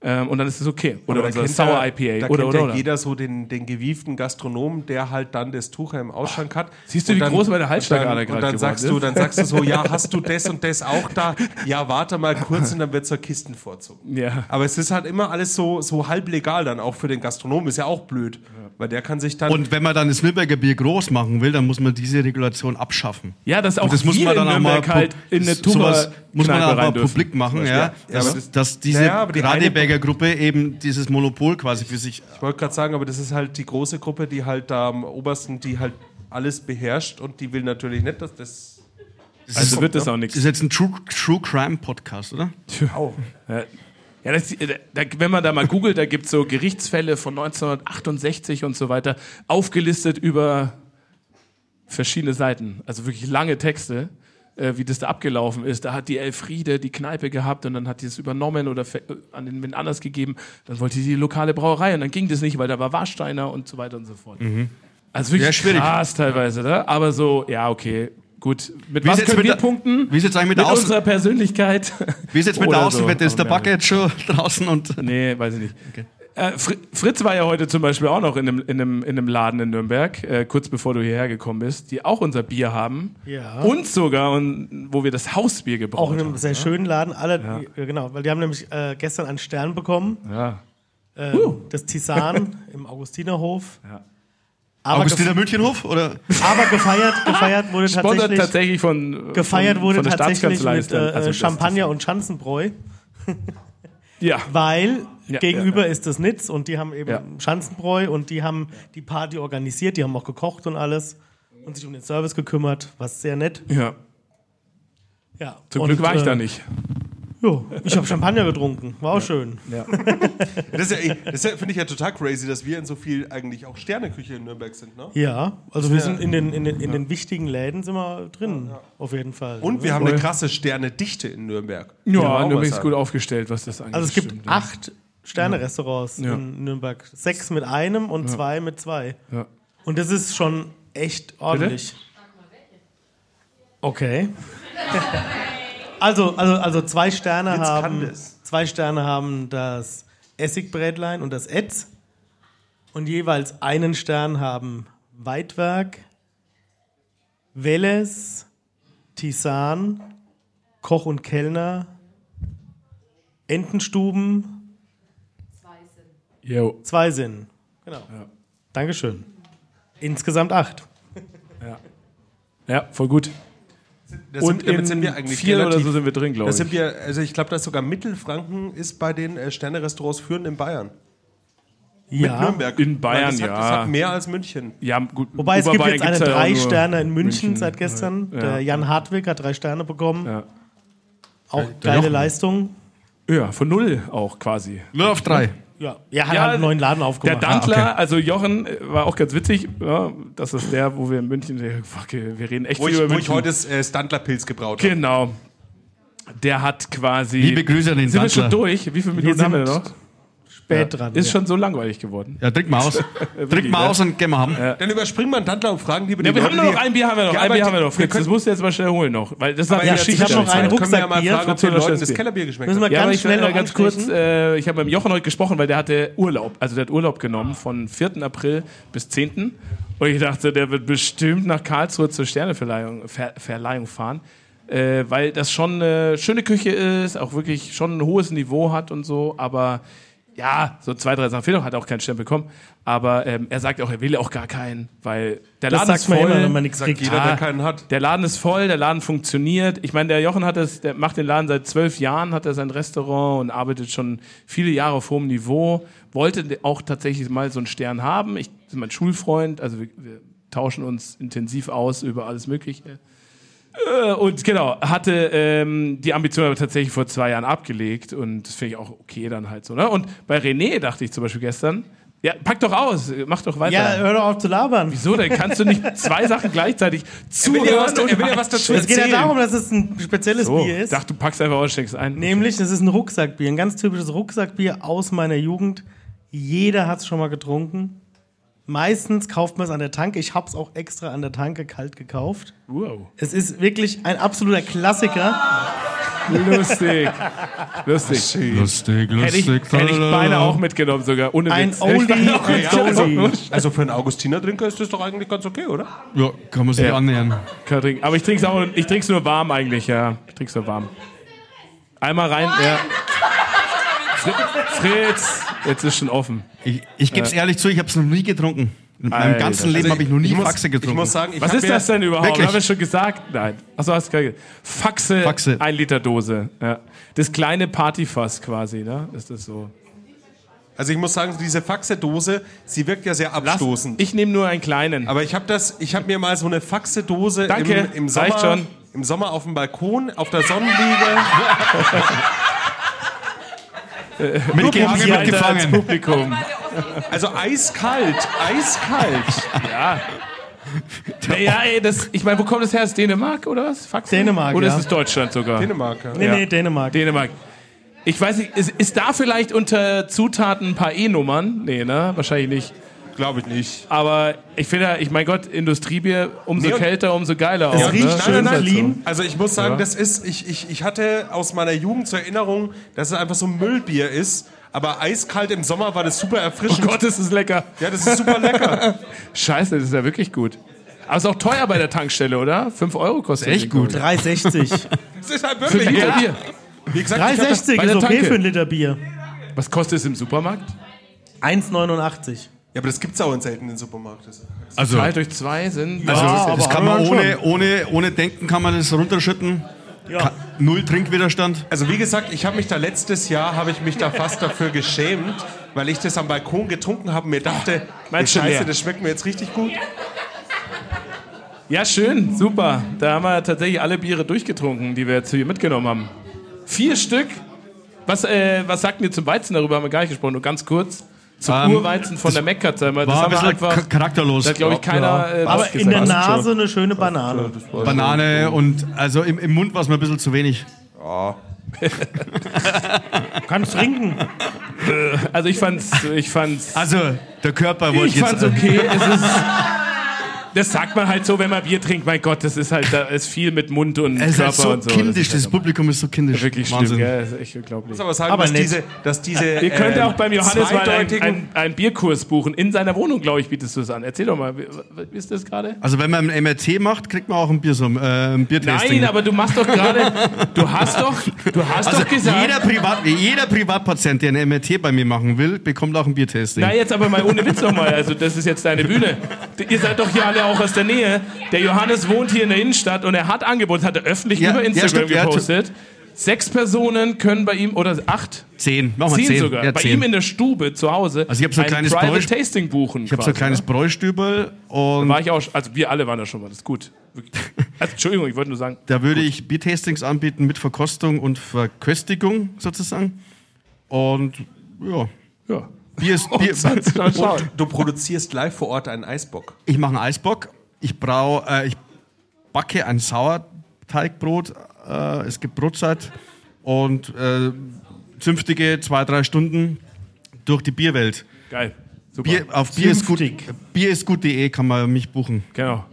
Speaker 5: Ähm, und dann ist es okay. Oder
Speaker 4: da
Speaker 5: unser
Speaker 4: kennt ja-
Speaker 5: Sour
Speaker 4: Da
Speaker 5: IPA.
Speaker 4: kennt
Speaker 5: Oder, oder,
Speaker 4: ja
Speaker 5: oder.
Speaker 4: jeder so den, den gewieften Gastronomen, der halt dann das Tucher im Ausschank hat.
Speaker 5: Siehst du,
Speaker 4: Und
Speaker 5: wie
Speaker 4: dann-
Speaker 5: groß meine
Speaker 4: und
Speaker 5: Halsschlagader
Speaker 4: dann,
Speaker 5: gerade
Speaker 4: und dann
Speaker 5: geworden
Speaker 4: sagst
Speaker 5: ist?
Speaker 4: du, dann sagst du so,
Speaker 5: <laughs>
Speaker 4: ja, hast du das und das auch da? Ja, warte mal kurz und dann wird zur Kistenvorzug.
Speaker 5: Ja.
Speaker 4: Aber es ist halt immer alles so, so halb legal dann, auch für den Gastronomen, ist ja auch blöd. Weil der kann sich dann.
Speaker 7: Und wenn man dann das Nürnberger Bier groß machen will, dann muss man diese Regulation abschaffen.
Speaker 5: Ja, das auch
Speaker 7: Und das muss
Speaker 5: wir
Speaker 7: man dann
Speaker 5: in
Speaker 7: auch mal
Speaker 5: Nürnberg
Speaker 7: pu-
Speaker 5: halt in eine
Speaker 7: sowas
Speaker 5: Tuba
Speaker 7: muss man dann auch mal
Speaker 5: rein dürfen.
Speaker 7: publik machen, ja,
Speaker 4: Ja, aber
Speaker 7: dass,
Speaker 4: das-
Speaker 7: dass diese
Speaker 4: Naja, aber die eine-
Speaker 7: Radeberger Gruppe eben dieses Monopol quasi für sich.
Speaker 4: Ich wollte gerade sagen, aber das ist halt die große Gruppe, die halt da am obersten, die halt alles beherrscht und die will natürlich nicht, dass das.
Speaker 5: Also wird das auch
Speaker 7: Das
Speaker 5: nichts.
Speaker 7: ist jetzt ein True, True Crime Podcast, oder?
Speaker 5: Ja, das, äh, da, wenn man da mal googelt, da gibt's so Gerichtsfälle von 1968 und so weiter, aufgelistet über verschiedene Seiten. Also wirklich lange Texte, äh, wie das da abgelaufen ist. Da hat die Elfriede die Kneipe gehabt und dann hat die es übernommen oder ver- äh, an den Wind anders gegeben. Dann wollte die lokale Brauerei und dann ging das nicht, weil da war Warsteiner und so weiter und so fort. Also
Speaker 7: Mhm. Ja,
Speaker 5: wirklich
Speaker 7: schwierig.
Speaker 5: krass teilweise, ne? aber so, ja, okay, gut. Mit
Speaker 7: Wie
Speaker 5: was
Speaker 7: ist jetzt
Speaker 5: können
Speaker 7: mit
Speaker 5: wir
Speaker 7: der-
Speaker 5: punkten?
Speaker 7: Wie ist jetzt eigentlich mit
Speaker 5: mit
Speaker 7: der, Außen,
Speaker 5: unserer Persönlichkeit.
Speaker 7: wie ist jetzt mit
Speaker 5: Oder
Speaker 7: der
Speaker 5: so.
Speaker 7: Außenwette? Ist der
Speaker 5: Aber mehr
Speaker 7: Backe jetzt schon <laughs> draußen und
Speaker 5: Nee, weiß ich nicht. Äh, Fr Fritz war ja heute zum Beispiel auch noch in einem, in einem, in einem Laden in Nürnberg, äh, kurz bevor du hierher gekommen bist, die auch unser Bier haben.
Speaker 6: Ja.
Speaker 5: Und sogar, und, wo wir das Hausbier
Speaker 6: Auch in
Speaker 5: gebraucht
Speaker 6: einem
Speaker 5: haben.
Speaker 6: sehr schönen Laden. Alle, ja. Genau, weil die haben nämlich äh, gestern einen Stern bekommen.
Speaker 5: Ja. <laughs>
Speaker 6: Äh, Das Tisan im Augustinerhof. Aber,
Speaker 7: Augustiner
Speaker 6: gef
Speaker 7: Münchenhof? Oder?
Speaker 6: <laughs> aber gefeiert, gefeiert wurde
Speaker 5: Sponsert
Speaker 6: tatsächlich,
Speaker 5: tatsächlich von, äh,
Speaker 6: gefeiert
Speaker 5: von,
Speaker 6: wurde
Speaker 5: von der
Speaker 6: tatsächlich
Speaker 5: Staatskanzlei.
Speaker 6: mit
Speaker 5: ist dann-
Speaker 6: äh,
Speaker 5: also das-
Speaker 6: Champagner und Schanzenbräu,
Speaker 5: Ja,
Speaker 6: weil
Speaker 5: Ja,
Speaker 6: gegenüber
Speaker 5: ja,
Speaker 6: ist das Nitz und die haben eben
Speaker 5: Ja.
Speaker 6: Schanzenbräu und die haben die Party organisiert, die haben auch gekocht und alles und sich um den Service gekümmert, was sehr nett.
Speaker 5: ja.
Speaker 6: Ja.
Speaker 5: Zum
Speaker 6: und,
Speaker 5: Glück war ich
Speaker 6: äh,
Speaker 5: da nicht.
Speaker 6: Jo, ich habe Champagner getrunken, war auch schön.
Speaker 4: Das, ist ja, das ist ja- finde ich ja total crazy, dass wir in so viel eigentlich auch Sterneküche in Nürnberg sind, ne?
Speaker 6: Ja, also wir sind in den, in den, in den wichtigen Läden sind wir drin, auf jeden Fall.
Speaker 4: Und wir haben eine krasse Sternedichte in Nürnberg.
Speaker 5: Ja,
Speaker 4: auch
Speaker 5: du
Speaker 4: was
Speaker 5: bist gut
Speaker 4: sagen.
Speaker 5: aufgestellt, was das angeht.
Speaker 6: Also es gibt
Speaker 5: Stimmt, ja.
Speaker 6: acht Sterne-Restaurants
Speaker 5: Ja.
Speaker 6: in Nürnberg. Sechs mit einem und zwei mit zwei.
Speaker 5: Ja.
Speaker 6: Und das ist schon echt ordentlich. Okay. also, also, also zwei Sterne
Speaker 4: Jetzt kann
Speaker 6: haben.
Speaker 4: das.
Speaker 6: Zwei Sterne haben das Essigbrätlein und das Etz. Und jeweils einen Stern haben Weidwerk, Welles, Tisan, Koch und Kellner, Entenstuben,
Speaker 5: Yo.
Speaker 6: Zwei Sinn. Genau. Dankeschön. Insgesamt acht.
Speaker 5: Ja, voll gut.
Speaker 4: Das
Speaker 5: Und
Speaker 4: sind, damit
Speaker 5: in
Speaker 4: sind wir eigentlich
Speaker 5: vier
Speaker 4: relativ-
Speaker 5: oder so sind wir drin, glaube
Speaker 4: Das
Speaker 5: ich.
Speaker 4: sind wir, also ich glaube, dass sogar Mittelfranken ist bei den äh, Sternerestaurants führend in Bayern. Mit Nürnberg.
Speaker 5: in Bayern,
Speaker 4: Weil das hat, Das
Speaker 5: ja.
Speaker 4: hat mehr als München.
Speaker 5: Ja, gut.
Speaker 6: Wobei es gibt
Speaker 5: Oberbayern
Speaker 6: jetzt eine
Speaker 5: gibt's ja auch nur
Speaker 6: Drei-Sterne in München, seit gestern.
Speaker 5: Ja.
Speaker 6: Der Jan Hartwig hat drei Sterne bekommen.
Speaker 5: Ja.
Speaker 6: Auch geile Leistung.
Speaker 5: Ja, von null auch quasi.
Speaker 7: Nur auf drei.
Speaker 6: Ja, er hat
Speaker 5: Ja,
Speaker 6: halt einen neuen Laden
Speaker 5: Der
Speaker 6: aufgemacht.
Speaker 5: Dantler, also Jochen, äh, war auch ganz witzig. Ja, das ist der, wo wir in München, fuck, äh, wir reden echt
Speaker 4: Wo
Speaker 5: viel
Speaker 4: ich,
Speaker 5: über
Speaker 4: wo
Speaker 5: München.
Speaker 4: ich heute das äh, Standlerpilz gebraut habe.
Speaker 5: genau. Der hat quasi.
Speaker 7: Liebe Grüße an den
Speaker 5: sind wir schon
Speaker 7: Sandler.
Speaker 5: durch? Wie viele Minuten
Speaker 6: sind
Speaker 5: haben wir noch?
Speaker 6: Spät dran.
Speaker 5: Ist
Speaker 6: ja.
Speaker 5: schon so langweilig geworden.
Speaker 7: Ja, trink mal aus. trink mal
Speaker 5: ne?
Speaker 7: aus und gehen wir haben.
Speaker 4: Dann überspringen wir einen Tandler und fragen lieber die
Speaker 5: Ja, wir
Speaker 4: Leute,
Speaker 5: haben nur noch
Speaker 4: die-
Speaker 5: ein Bier, haben wir noch.
Speaker 4: Ja,
Speaker 5: Ein
Speaker 4: aber
Speaker 5: Bier
Speaker 4: die-
Speaker 5: haben wir noch.
Speaker 4: wir
Speaker 5: Fritz, das
Speaker 4: können-
Speaker 5: musst du jetzt mal schnell holen noch. Weil das sagt
Speaker 4: ja,
Speaker 5: ja,
Speaker 4: ich
Speaker 5: Geschichte.
Speaker 6: hab noch
Speaker 5: der
Speaker 6: einen
Speaker 5: Zeit.
Speaker 6: Ruck-
Speaker 4: Können wir ja mal
Speaker 6: Rucksackbier.
Speaker 4: fragen, ob
Speaker 5: Fritz,
Speaker 4: den Leuten
Speaker 5: das
Speaker 4: das
Speaker 5: Bier.
Speaker 4: Kellerbier geschmeckt
Speaker 6: Müssen wir
Speaker 4: hat.
Speaker 5: Ja, aber
Speaker 6: ganz
Speaker 5: ich
Speaker 6: schnell
Speaker 5: will, äh,
Speaker 6: noch
Speaker 5: ganz kurz,
Speaker 6: ansprechen.
Speaker 5: äh, ich habe mit dem Jochen heute gesprochen, weil der hatte Urlaub. Also der hat Urlaub genommen von 4. April bis 10. Und ich dachte, der wird bestimmt nach Karlsruhe zur Sterneverleihung Ver Verleihung fahren. Äh, weil das schon eine schöne Küche ist, auch wirklich schon ein hohes Niveau hat und so, aber ja, so zwei, drei Sachen fehlen noch, hat auch keinen Stern bekommen. Aber ähm, er sagt auch, er will auch gar keinen, weil der
Speaker 6: das
Speaker 5: Laden ist
Speaker 6: sagt
Speaker 5: voll.
Speaker 6: man immer, wenn man nichts kriegt.
Speaker 4: Jeder, der keinen hat.
Speaker 5: Der Laden ist voll, der Laden funktioniert. Ich meine, der Jochen hat das, der macht den Laden seit zwölf Jahren, hat er sein Restaurant und arbeitet schon viele Jahre auf hohem Niveau. Wollte auch tatsächlich mal so einen Stern haben. Ich das ist mein Schulfreund, also wir, wir tauschen uns intensiv aus über alles Mögliche. Äh, Und genau, hatte ähm, die Ambition aber tatsächlich vor zwei Jahren abgelegt und das finde ich auch okay dann halt so. Ne? Und bei René dachte ich zum Beispiel gestern, ja, pack doch aus, mach doch weiter.
Speaker 6: Ja, hör doch auf zu labern.
Speaker 5: So, dann kannst du nicht zwei Sachen gleichzeitig zuhören.
Speaker 4: ja was- er will ja was dazu
Speaker 5: einschenken.
Speaker 6: Es geht ja darum, dass es ein spezielles
Speaker 5: So,
Speaker 6: Bier ist.
Speaker 5: dachte, du packst einfach aus, schenkst ein.
Speaker 6: Nämlich, das ist ein Rucksackbier, ein ganz typisches Rucksackbier aus meiner Jugend. Jeder hat es schon mal getrunken. Meistens kauft man es an der Tanke. Ich habe es auch extra an der Tanke kalt gekauft.
Speaker 5: Wow.
Speaker 6: Es ist wirklich ein absoluter Klassiker.
Speaker 5: Lustig. Lustig.
Speaker 7: Lustig,
Speaker 5: Hätte ich, hätte ich beinahe auch mitgenommen sogar, ohne
Speaker 6: Ein
Speaker 5: Witz. Hätte ich
Speaker 6: Oldie
Speaker 5: beinahe auch
Speaker 6: und
Speaker 5: mitgenommen.
Speaker 6: Goldie.
Speaker 4: Also für einen Augustiner-Trinker ist das doch eigentlich ganz okay, oder?
Speaker 7: Ja, kann man sich
Speaker 5: Ja.
Speaker 7: annähern.
Speaker 5: Kann trinken. Aber ich trinke es auch, ich trinke es nur warm eigentlich, ja. Ich trinke es nur warm. Einmal rein, ja. Fr- Fritz, jetzt ist schon offen.
Speaker 7: Ich, ich gebe es ehrlich zu, ich habe es noch nie getrunken. In meinem
Speaker 5: Alter. also
Speaker 7: ganzen Leben habe ich noch nie
Speaker 4: muss-
Speaker 7: Faxe getrunken.
Speaker 4: Ich muss sagen, ich
Speaker 5: Was
Speaker 4: hab
Speaker 5: ist
Speaker 4: mir-
Speaker 5: das denn überhaupt?
Speaker 7: Wirklich?
Speaker 5: Haben wir schon gesagt? Nein. Achso, hast du gerade gesagt. Faxe,
Speaker 7: Faxe.
Speaker 5: ein Liter Dose. Ja. Das kleine Partyfass quasi, ne? Ist das so?
Speaker 4: Also ich muss sagen, diese Faxedose, sie wirkt ja sehr
Speaker 5: Lass-
Speaker 4: abstoßend.
Speaker 5: Ich nehme nur einen kleinen.
Speaker 4: Aber ich habe das, ich habe mir mal so eine Faxedose
Speaker 5: Danke,
Speaker 4: im, im Sommer,
Speaker 5: reicht schon.
Speaker 4: im Sommer auf dem Balkon, auf der Sonnenliege.
Speaker 7: mitgehangen,
Speaker 5: also Alter, als
Speaker 4: <laughs>
Speaker 7: mitgefangen.
Speaker 5: Publikum.
Speaker 4: Also eiskalt, eiskalt.
Speaker 5: Ja, ey, das, ich meine, wo kommt das her? Ist Dänemark oder was? Faxe?
Speaker 6: Dänemark,
Speaker 5: Oder
Speaker 6: ja.
Speaker 5: ist es Deutschland sogar?
Speaker 4: Dänemark. ja.
Speaker 6: Nee,
Speaker 5: Ja.
Speaker 6: nee, Dänemark.
Speaker 5: Dänemark. Ich weiß nicht, ist, ist da vielleicht unter Zutaten ein paar E-Nummern? Nee, ne? Wahrscheinlich nicht.
Speaker 4: Glaube ich nicht.
Speaker 5: Aber ich finde, ja, ich mein Gott, Industriebier, umso
Speaker 4: Nee, und-
Speaker 5: kälter, umso geiler. auch,
Speaker 6: riecht
Speaker 5: ne?
Speaker 6: schön
Speaker 5: Ist halt so.
Speaker 6: clean.
Speaker 4: Also ich muss sagen,
Speaker 5: Ja.
Speaker 4: das ist, ich, ich, ich hatte aus meiner Jugend zur Erinnerung, dass es einfach so ein Müllbier ist. Aber eiskalt im Sommer war das super
Speaker 5: Oh
Speaker 4: erfrischend.
Speaker 5: Gott, ist das lecker.
Speaker 4: Ja, das ist super lecker.
Speaker 5: Scheiße, das ist ja wirklich gut. Aber ist auch teuer bei der Tankstelle, oder? 5 Euro kostet
Speaker 7: Echt
Speaker 5: die,
Speaker 7: gut.
Speaker 5: glaub
Speaker 6: 360.
Speaker 4: Das ist halt
Speaker 5: ich. Für ein
Speaker 4: wirklich.
Speaker 5: Liter
Speaker 4: Ja.
Speaker 5: Bier.
Speaker 4: Wie gesagt, ich hatte-
Speaker 6: 360
Speaker 5: Bei der
Speaker 6: ist okay
Speaker 5: Tanke.
Speaker 6: für ein Liter Bier.
Speaker 5: Was kostet es im Supermarkt?
Speaker 6: 1,89.
Speaker 4: Ja, aber das gibt's auch in seltenen Supermarktes.
Speaker 7: Also,
Speaker 5: Zwei durch zwei sind.
Speaker 7: also
Speaker 5: Ja,
Speaker 7: das
Speaker 5: halt- Ah, aber-
Speaker 7: kann man ohne, ohne, ohne Denken kann man das runterschütten. Ka- Null Trinkwiderstand.
Speaker 4: Also wie gesagt, ich habe mich da letztes Jahr habe ich mich da fast dafür geschämt, weil ich das am Balkon getrunken habe und mir dachte,
Speaker 5: meinst du
Speaker 4: Scheiße,
Speaker 5: leer?
Speaker 4: das schmeckt mir jetzt richtig gut.
Speaker 5: Ja, schön, super. Da haben wir tatsächlich alle Biere durchgetrunken, die wir jetzt hier mitgenommen haben. Vier Stück. Was, äh, was sagt ihr zum Weizen? Darüber haben wir gar nicht gesprochen. Nur ganz kurz. Zum
Speaker 7: Ähm,
Speaker 5: Urweizen von der Meckertzheimer. Das
Speaker 7: War
Speaker 5: haben
Speaker 7: ein
Speaker 5: wir
Speaker 7: bisschen
Speaker 5: einfach.
Speaker 7: ka- charakterlos.
Speaker 5: Da hat, glaube ich, keiner. Äh,
Speaker 6: Aber
Speaker 5: was
Speaker 6: in der
Speaker 5: gesagt.
Speaker 6: Nase eine schöne Banane.
Speaker 7: Banane und also im, im Mund war es mir ein bisschen zu wenig.
Speaker 6: Kannst trinken.
Speaker 5: Also ich fand's, ich fand's,
Speaker 7: Also, der Körper wollte
Speaker 5: ich
Speaker 7: jetzt. äh,
Speaker 5: fand's
Speaker 7: <laughs>
Speaker 5: okay. Es ist, das sagt man halt so, wenn man Bier trinkt. Mein Gott, das ist halt, da ist viel mit Mund und
Speaker 7: Es ist
Speaker 5: Körper
Speaker 7: halt so
Speaker 5: und so.
Speaker 7: kindisch,
Speaker 5: das ist
Speaker 7: das Publikum ist so kindisch.
Speaker 5: wirklich schlimm,
Speaker 7: Wahnsinn.
Speaker 5: gell? Das ist echt unglaublich.
Speaker 4: Aber, sagen,
Speaker 6: Aber
Speaker 4: dass
Speaker 6: nett.
Speaker 4: diese, dass diese
Speaker 5: Ihr könnt
Speaker 4: ähm,
Speaker 5: auch beim Johannes mal einen
Speaker 4: zweideutigen-
Speaker 5: ein, ein Bierkurs buchen. In seiner Wohnung, glaube ich, bietest du es an. Erzähl doch mal, wie, wie ist das gerade?
Speaker 7: Also, wenn man ein MRT macht, kriegt man auch ein Bier so, äh, ein Biertasting.
Speaker 5: Nein, aber du machst doch
Speaker 7: <laughs>
Speaker 5: gerade, du hast doch, du hast
Speaker 7: also,
Speaker 5: doch gesagt.
Speaker 7: jeder, Privat, jeder Privatpatient, der ein MRT bei mir machen will, bekommt auch ein Biertasting.
Speaker 5: Na, jetzt aber mal ohne Witz nochmal. Also, das ist jetzt deine Bühne. D- Ihr seid doch hier alle auch aus der Nähe. Der Johannes wohnt hier in der Innenstadt und er hat Angebot, hat er öffentlich
Speaker 7: Ja,
Speaker 5: über
Speaker 7: ja,
Speaker 5: Instagram
Speaker 7: stimmt, ja,
Speaker 5: gepostet. Sechs Personen können bei ihm, oder acht,
Speaker 7: Zehn, machen wir
Speaker 5: zehn,
Speaker 7: zehn.
Speaker 5: sogar,
Speaker 7: Ja,
Speaker 5: bei
Speaker 7: zehn.
Speaker 5: ihm in der Stube zu Hause
Speaker 7: Also ich hab so ein kleines
Speaker 5: Private
Speaker 7: Bräusch-
Speaker 5: Tasting buchen.
Speaker 7: ich habe so ein kleines Bräustübel und
Speaker 5: War ich auch, sch- also wir alle waren da schon mal, das ist gut. Wirklich. Also, Entschuldigung, ich wollte nur sagen,
Speaker 7: da würde ich Biertastings anbieten mit Verkostung und Verköstigung sozusagen. Und ja,
Speaker 5: ja. <laughs>
Speaker 7: Bier ist Bier.
Speaker 5: Sonst mal schauen.
Speaker 4: Du produzierst live vor Ort einen Eisbock.
Speaker 7: Ich mache einen Eisbock. Ich brau, äh, ich backe ein Sauerteigbrot. Äh, es gibt Brotzeit und äh, zünftige zwei drei Stunden durch die Bierwelt.
Speaker 5: Geil. Super.
Speaker 7: Bier, auf Bier ist gut. Bier ist gut.de kann man mich buchen.
Speaker 5: Genau.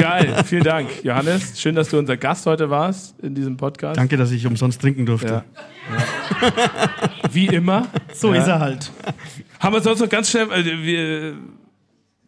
Speaker 5: Geil, vielen Dank, Johannes. Schön, dass du unser Gast heute warst in diesem Podcast.
Speaker 7: Danke, dass ich umsonst trinken durfte.
Speaker 5: Ja. Wie immer.
Speaker 6: So ist er halt.
Speaker 5: Haben wir sonst noch ganz schnell, äh, wir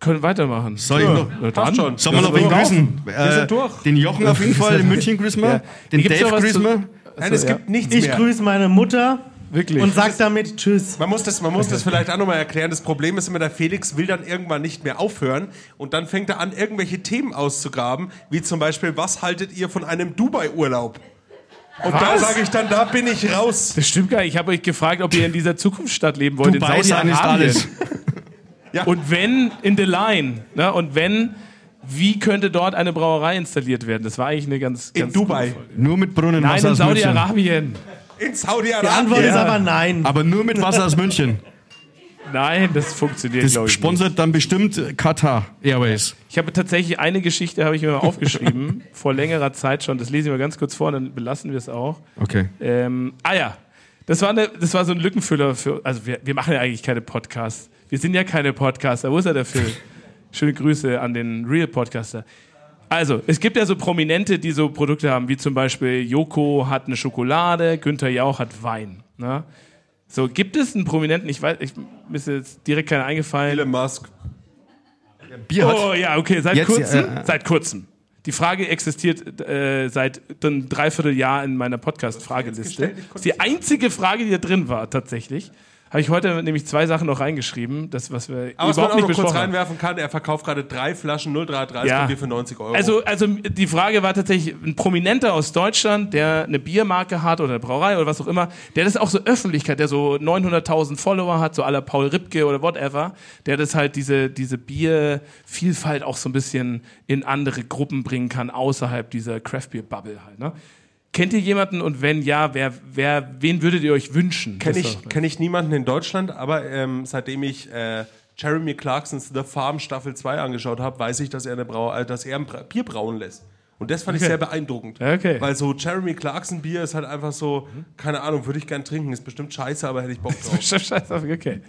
Speaker 5: können weitermachen.
Speaker 7: Soll ich noch?
Speaker 5: Na dann.
Speaker 7: Soll man noch wen grüßen? Äh, den Jochen auf jeden Fall, den München grüßen wir, den
Speaker 5: Gibt's
Speaker 7: Dave
Speaker 5: noch was
Speaker 7: grüßen
Speaker 5: zu-
Speaker 7: wir.
Speaker 4: Nein, es gibt nichts
Speaker 6: Ich
Speaker 4: mehr.
Speaker 6: grüße meine Mutter
Speaker 5: Wirklich.
Speaker 6: und sag damit Tschüss.
Speaker 4: Man muss, das, man muss das vielleicht auch nochmal erklären. Das Problem ist immer, der Felix will dann irgendwann nicht mehr aufhören und dann fängt er an, irgendwelche Themen auszugraben, wie zum Beispiel, was haltet ihr von einem Dubai-Urlaub? Und da
Speaker 5: Was?
Speaker 4: sage ich dann, da bin ich raus.
Speaker 5: das stimmt gar nicht. Ich habe euch gefragt, ob ihr in dieser Zukunftsstadt leben wollt. in
Speaker 7: Dubai sein ist
Speaker 5: Saudi-Arabien.
Speaker 7: alles.
Speaker 5: Und wenn in the line, ne? und wenn, wie könnte dort eine Brauerei installiert werden? Das war eigentlich eine ganz.
Speaker 4: In
Speaker 5: ganz
Speaker 4: Dubai.
Speaker 7: Nur mit
Speaker 5: Nein,
Speaker 7: Brunnenwasser
Speaker 5: in
Speaker 7: aus München.
Speaker 5: Saudi-Arabien.
Speaker 4: In
Speaker 6: Die
Speaker 4: Saudi-Arabien.
Speaker 6: Antwort ist aber nein.
Speaker 7: Aber nur mit Wasser
Speaker 5: <laughs>
Speaker 7: aus München.
Speaker 5: Nein, das funktioniert,
Speaker 7: Das
Speaker 5: glaube ich. Nicht.
Speaker 7: sponsert dann bestimmt Qatar Airways.
Speaker 5: Ich habe tatsächlich eine Geschichte, habe ich mir mal
Speaker 7: <laughs>
Speaker 5: aufgeschrieben, vor längerer Zeit schon. Das lese ich mal ganz kurz vor, dann belassen wir es auch.
Speaker 7: Okay.
Speaker 5: Ähm, ah ja, das war, eine, das war so ein Lückenfüller für. Also, wir, wir machen ja eigentlich keine Podcasts. Wir sind ja keine Podcaster. Wo ist er dafür? Schöne Grüße an den Real Podcaster. Also, es gibt ja so Prominente, die so Produkte haben, wie zum Beispiel Joko hat eine Schokolade, Günther Jauch hat Wein. Ne? So, gibt es einen Prominenten, ich weiß, ich, mir ist jetzt direkt keiner eingefallen.
Speaker 4: Elon Musk.
Speaker 7: Bier hat.
Speaker 5: Oh ja, okay, seit
Speaker 7: Jetzt,
Speaker 5: kurzem.
Speaker 7: ja, ja.
Speaker 5: Seit kurzem. Die Frage existiert äh, seit einem Dreivierteljahr in meiner Podcast-Frageliste. Das ist die einzige Frage, die da drin war, tatsächlich. Habe ich heute nämlich zwei Sachen noch reingeschrieben, das, was wir
Speaker 4: Aber was man
Speaker 5: überhaupt
Speaker 4: auch
Speaker 5: nicht
Speaker 4: noch kurz
Speaker 5: besprochen haben.
Speaker 4: reinwerfen kann, er verkauft gerade drei Flaschen 0,33
Speaker 5: Ja.
Speaker 4: Bier für 90 Euro.
Speaker 5: Also, also die Frage war tatsächlich, ein Prominenter aus Deutschland, der eine Biermarke hat oder eine Brauerei oder was auch immer, der das auch so Öffentlichkeit, der so 900.000 Follower hat, so aller Paul Ripke oder whatever, der das halt diese, diese Biervielfalt auch so ein bisschen in andere Gruppen bringen kann, außerhalb dieser Craft Beer Bubble halt. Ne? Kennt ihr jemanden und wenn ja, wer, wer, wen würdet ihr euch wünschen?
Speaker 4: kenne
Speaker 5: Das
Speaker 4: ich,
Speaker 5: doch-
Speaker 4: kenn ich niemanden in Deutschland, aber ähm, seitdem ich äh, Jeremy Clarksons The Farm Staffel 2 angeschaut habe, weiß ich, dass er, eine Brau äh, dass er ein Bra- Bier brauen lässt. Und das fand ich sehr beeindruckend.
Speaker 5: Okay.
Speaker 4: Weil so Jeremy Clarkson Bier ist halt einfach so, keine Ahnung, würde ich gern trinken, ist bestimmt scheiße, aber hätte ich Bock
Speaker 5: <laughs>
Speaker 4: drauf.
Speaker 5: Scheiß auf, okay.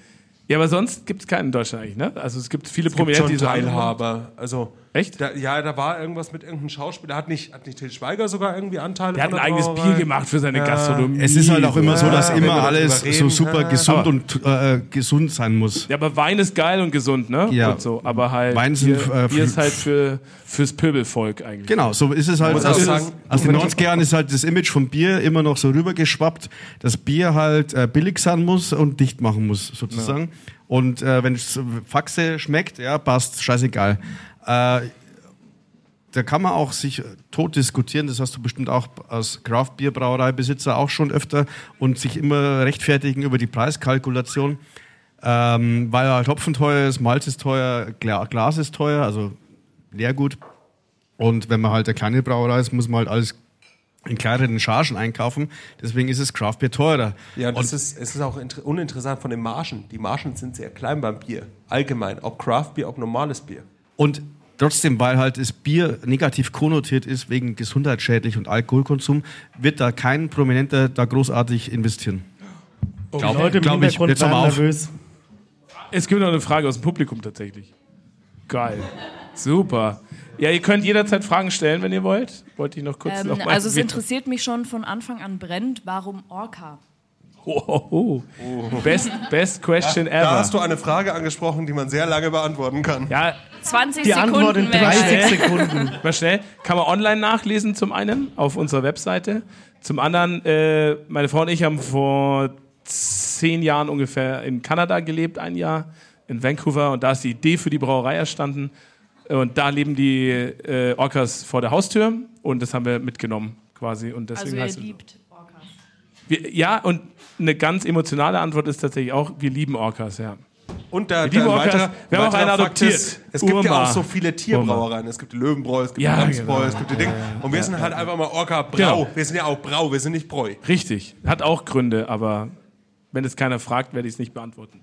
Speaker 5: Ja, aber sonst gibt es keinen in Deutschland eigentlich, ne? Also es gibt viele
Speaker 4: Gibt
Speaker 5: Prominente,
Speaker 4: schon
Speaker 5: die so
Speaker 4: Teilhaber. Also
Speaker 5: Echt?
Speaker 4: Da, ja, da war irgendwas mit irgendeinem Schauspieler. Hat nicht, hat nicht Till Schweiger sogar irgendwie Anteile?
Speaker 5: Der hat ein
Speaker 4: an der
Speaker 5: eigenes
Speaker 4: Brauerei?
Speaker 5: Bier gemacht für seine Gastronomie.
Speaker 7: Es ist halt auch immer so, dass
Speaker 4: wenn wir
Speaker 7: immer
Speaker 4: darüber
Speaker 7: alles
Speaker 4: reden,
Speaker 7: so super
Speaker 4: ja.
Speaker 7: gesund und äh, gesund sein muss.
Speaker 5: Ja, aber Wein ist geil und gesund, ne?
Speaker 7: Ja.
Speaker 5: Und so, aber halt.
Speaker 7: Wein sind,
Speaker 5: Bier,
Speaker 7: äh,
Speaker 5: Bier ist halt für, fürs Pöbelvolk eigentlich.
Speaker 7: Genau, so ist es halt.
Speaker 4: Muss auch
Speaker 7: aus,
Speaker 4: sagen-
Speaker 7: aus den 90 Jahren ist halt das Image vom Bier immer noch so rübergeschwappt, dass Bier halt äh, billig sein muss und dicht machen muss, sozusagen. Und äh, wenn es Faxe schmeckt, ja, passt, scheißegal. Äh, da kann man auch sich äh, tot diskutieren, das hast du bestimmt auch als Craft-Bier-Brauerei-Besitzer auch schon öfter und sich immer rechtfertigen über die Preiskalkulation. Ähm, weil halt Hopfen teuer ist, Malz ist teuer, Gla Glas ist teuer, also Leergut. Und wenn man halt eine kleine Brauerei ist, muss man halt alles in kleineren Chargen einkaufen. Deswegen ist es Craft Beer teurer.
Speaker 4: Ja, und es ist, es ist auch inter- uninteressant von den Margen. Die Margen sind sehr klein beim Bier. Allgemein. Ob Craft Bier, ob normales Bier.
Speaker 7: Und trotzdem, weil halt das Bier negativ konnotiert ist wegen gesundheitsschädlich und Alkoholkonsum, wird da kein Prominenter da großartig investieren.
Speaker 6: Oh,
Speaker 7: Glaub-
Speaker 6: die Leute im
Speaker 7: glaub ich.
Speaker 6: Hintergrund
Speaker 7: Jetzt hör mal
Speaker 6: werden
Speaker 7: auf.
Speaker 6: nervös.
Speaker 5: Es gibt noch eine Frage aus dem Publikum tatsächlich. Geil. Super. Ja, ihr könnt jederzeit Fragen stellen, wenn ihr wollt. Wollte ich noch kurz
Speaker 10: Ähm,
Speaker 5: noch mal-
Speaker 10: also es interessiert mich schon von Anfang an brennt, warum Orca?
Speaker 5: Oh, oh, oh. Best, best question
Speaker 4: Da
Speaker 5: ever.
Speaker 4: hast du eine Frage angesprochen, die man sehr lange beantworten kann.
Speaker 5: ja,
Speaker 10: 20
Speaker 6: Die
Speaker 10: Sekunden
Speaker 6: Antwort in
Speaker 10: wäre geil.
Speaker 6: 30
Speaker 10: <laughs>
Speaker 6: Sekunden.
Speaker 5: mal schnell. Kann man online nachlesen zum einen auf unserer Webseite. Zum anderen, äh, meine Frau und ich haben vor zehn Jahren ungefähr in Kanada gelebt, ein Jahr in Vancouver. Und da ist die Idee für die Brauerei erstanden. Und da leben die äh, Orcas vor der Haustür. Und das haben wir mitgenommen quasi. Und
Speaker 10: Also
Speaker 5: deswegen
Speaker 10: ihr
Speaker 5: heißt es-
Speaker 10: liebt Orcas.
Speaker 5: Wir, ja, und eine ganz emotionale Antwort ist tatsächlich auch, wir lieben Orcas, ja.
Speaker 4: Und da,
Speaker 5: Die
Speaker 4: da ein
Speaker 5: Orcas,
Speaker 4: weiterer,
Speaker 5: wir haben auch
Speaker 4: weiterer
Speaker 5: einen
Speaker 4: Fakt ist,
Speaker 5: adoptiert.
Speaker 4: es gibt ja
Speaker 5: Urma.
Speaker 4: auch so viele Tierbrauereien. Es gibt die Löwenbräu, es gibt
Speaker 5: Ja,
Speaker 4: die Ramsbräu,
Speaker 5: genau.
Speaker 4: es gibt die Dinge. Und wir sind halt einfach mal Orca Brau.
Speaker 5: Genau.
Speaker 4: Wir sind ja auch Brau, wir sind nicht Bräu.
Speaker 5: Richtig. Hat auch Gründe, aber wenn es keiner fragt, werde ich es nicht beantworten.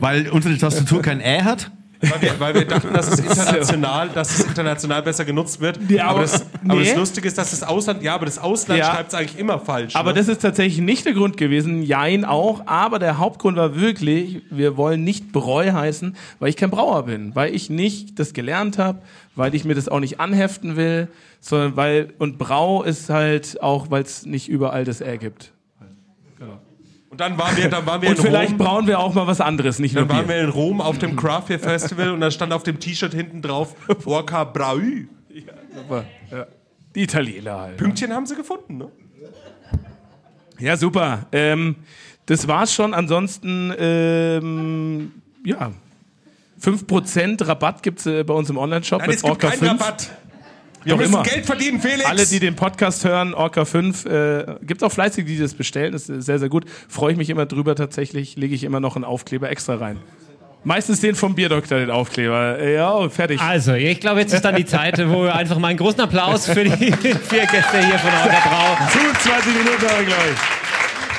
Speaker 7: Weil unsere Tastatur kein Ä hat.
Speaker 4: Weil wir, weil wir dachten,
Speaker 5: <laughs>
Speaker 4: dass es, international, dass es international besser genutzt wird.
Speaker 5: Ja,
Speaker 4: aber,
Speaker 5: aber-
Speaker 4: das, aber
Speaker 5: nee.
Speaker 4: das Lustige ist, dass das Ausland, ja, aber das Ausland
Speaker 5: Ja.
Speaker 4: schreibt es eigentlich immer falsch.
Speaker 5: Aber
Speaker 4: ne?
Speaker 5: das ist tatsächlich nicht der Grund gewesen, jein auch, aber der Hauptgrund war wirklich, wir wollen nicht Breu heißen, weil ich kein Brauer bin, weil ich nicht das gelernt habe, weil ich mir das auch nicht anheften will, sondern weil, und Brau ist halt auch, weil es nicht überall das R gibt.
Speaker 4: und dann waren wir, dann waren wir
Speaker 5: Und
Speaker 4: in
Speaker 5: vielleicht
Speaker 4: Rom.
Speaker 5: brauen wir auch mal was anderes, nicht nur
Speaker 4: Dann waren
Speaker 5: Bier.
Speaker 4: wir in Rom auf
Speaker 5: <laughs>
Speaker 4: dem Craft Beer Festival und da stand auf dem T-Shirt hinten drauf Orca Braü.
Speaker 5: Die Italiener halt.
Speaker 4: Pünktchen haben sie gefunden, ne?
Speaker 5: Ja, super. Ähm, das war's schon. Ansonsten, ähm, ja. 5% Rabatt gibt's äh, bei uns im Online-Shop
Speaker 4: Nein, es
Speaker 5: mit
Speaker 4: gibt
Speaker 5: Orca
Speaker 4: keinen
Speaker 5: 5.
Speaker 4: Rabatt. Wir
Speaker 5: Doch
Speaker 4: müssen
Speaker 5: immer.
Speaker 4: Geld verdienen, Felix.
Speaker 5: Alle, die den Podcast hören, Orca 5, äh, gibt's auch fleißig, die das bestellen. Das ist sehr, sehr gut. Freue ich mich immer drüber. Tatsächlich lege ich immer noch einen Aufkleber extra rein. Meistens den vom Bierdoktor, den Aufkleber. Äh, Ja, fertig.
Speaker 11: Also, ich glaube, jetzt ist dann die Zeit, wo wir <laughs> einfach mal einen großen Applaus für die vier Gäste hier von Orga Brau.
Speaker 5: 25 Minuten, glaube ich.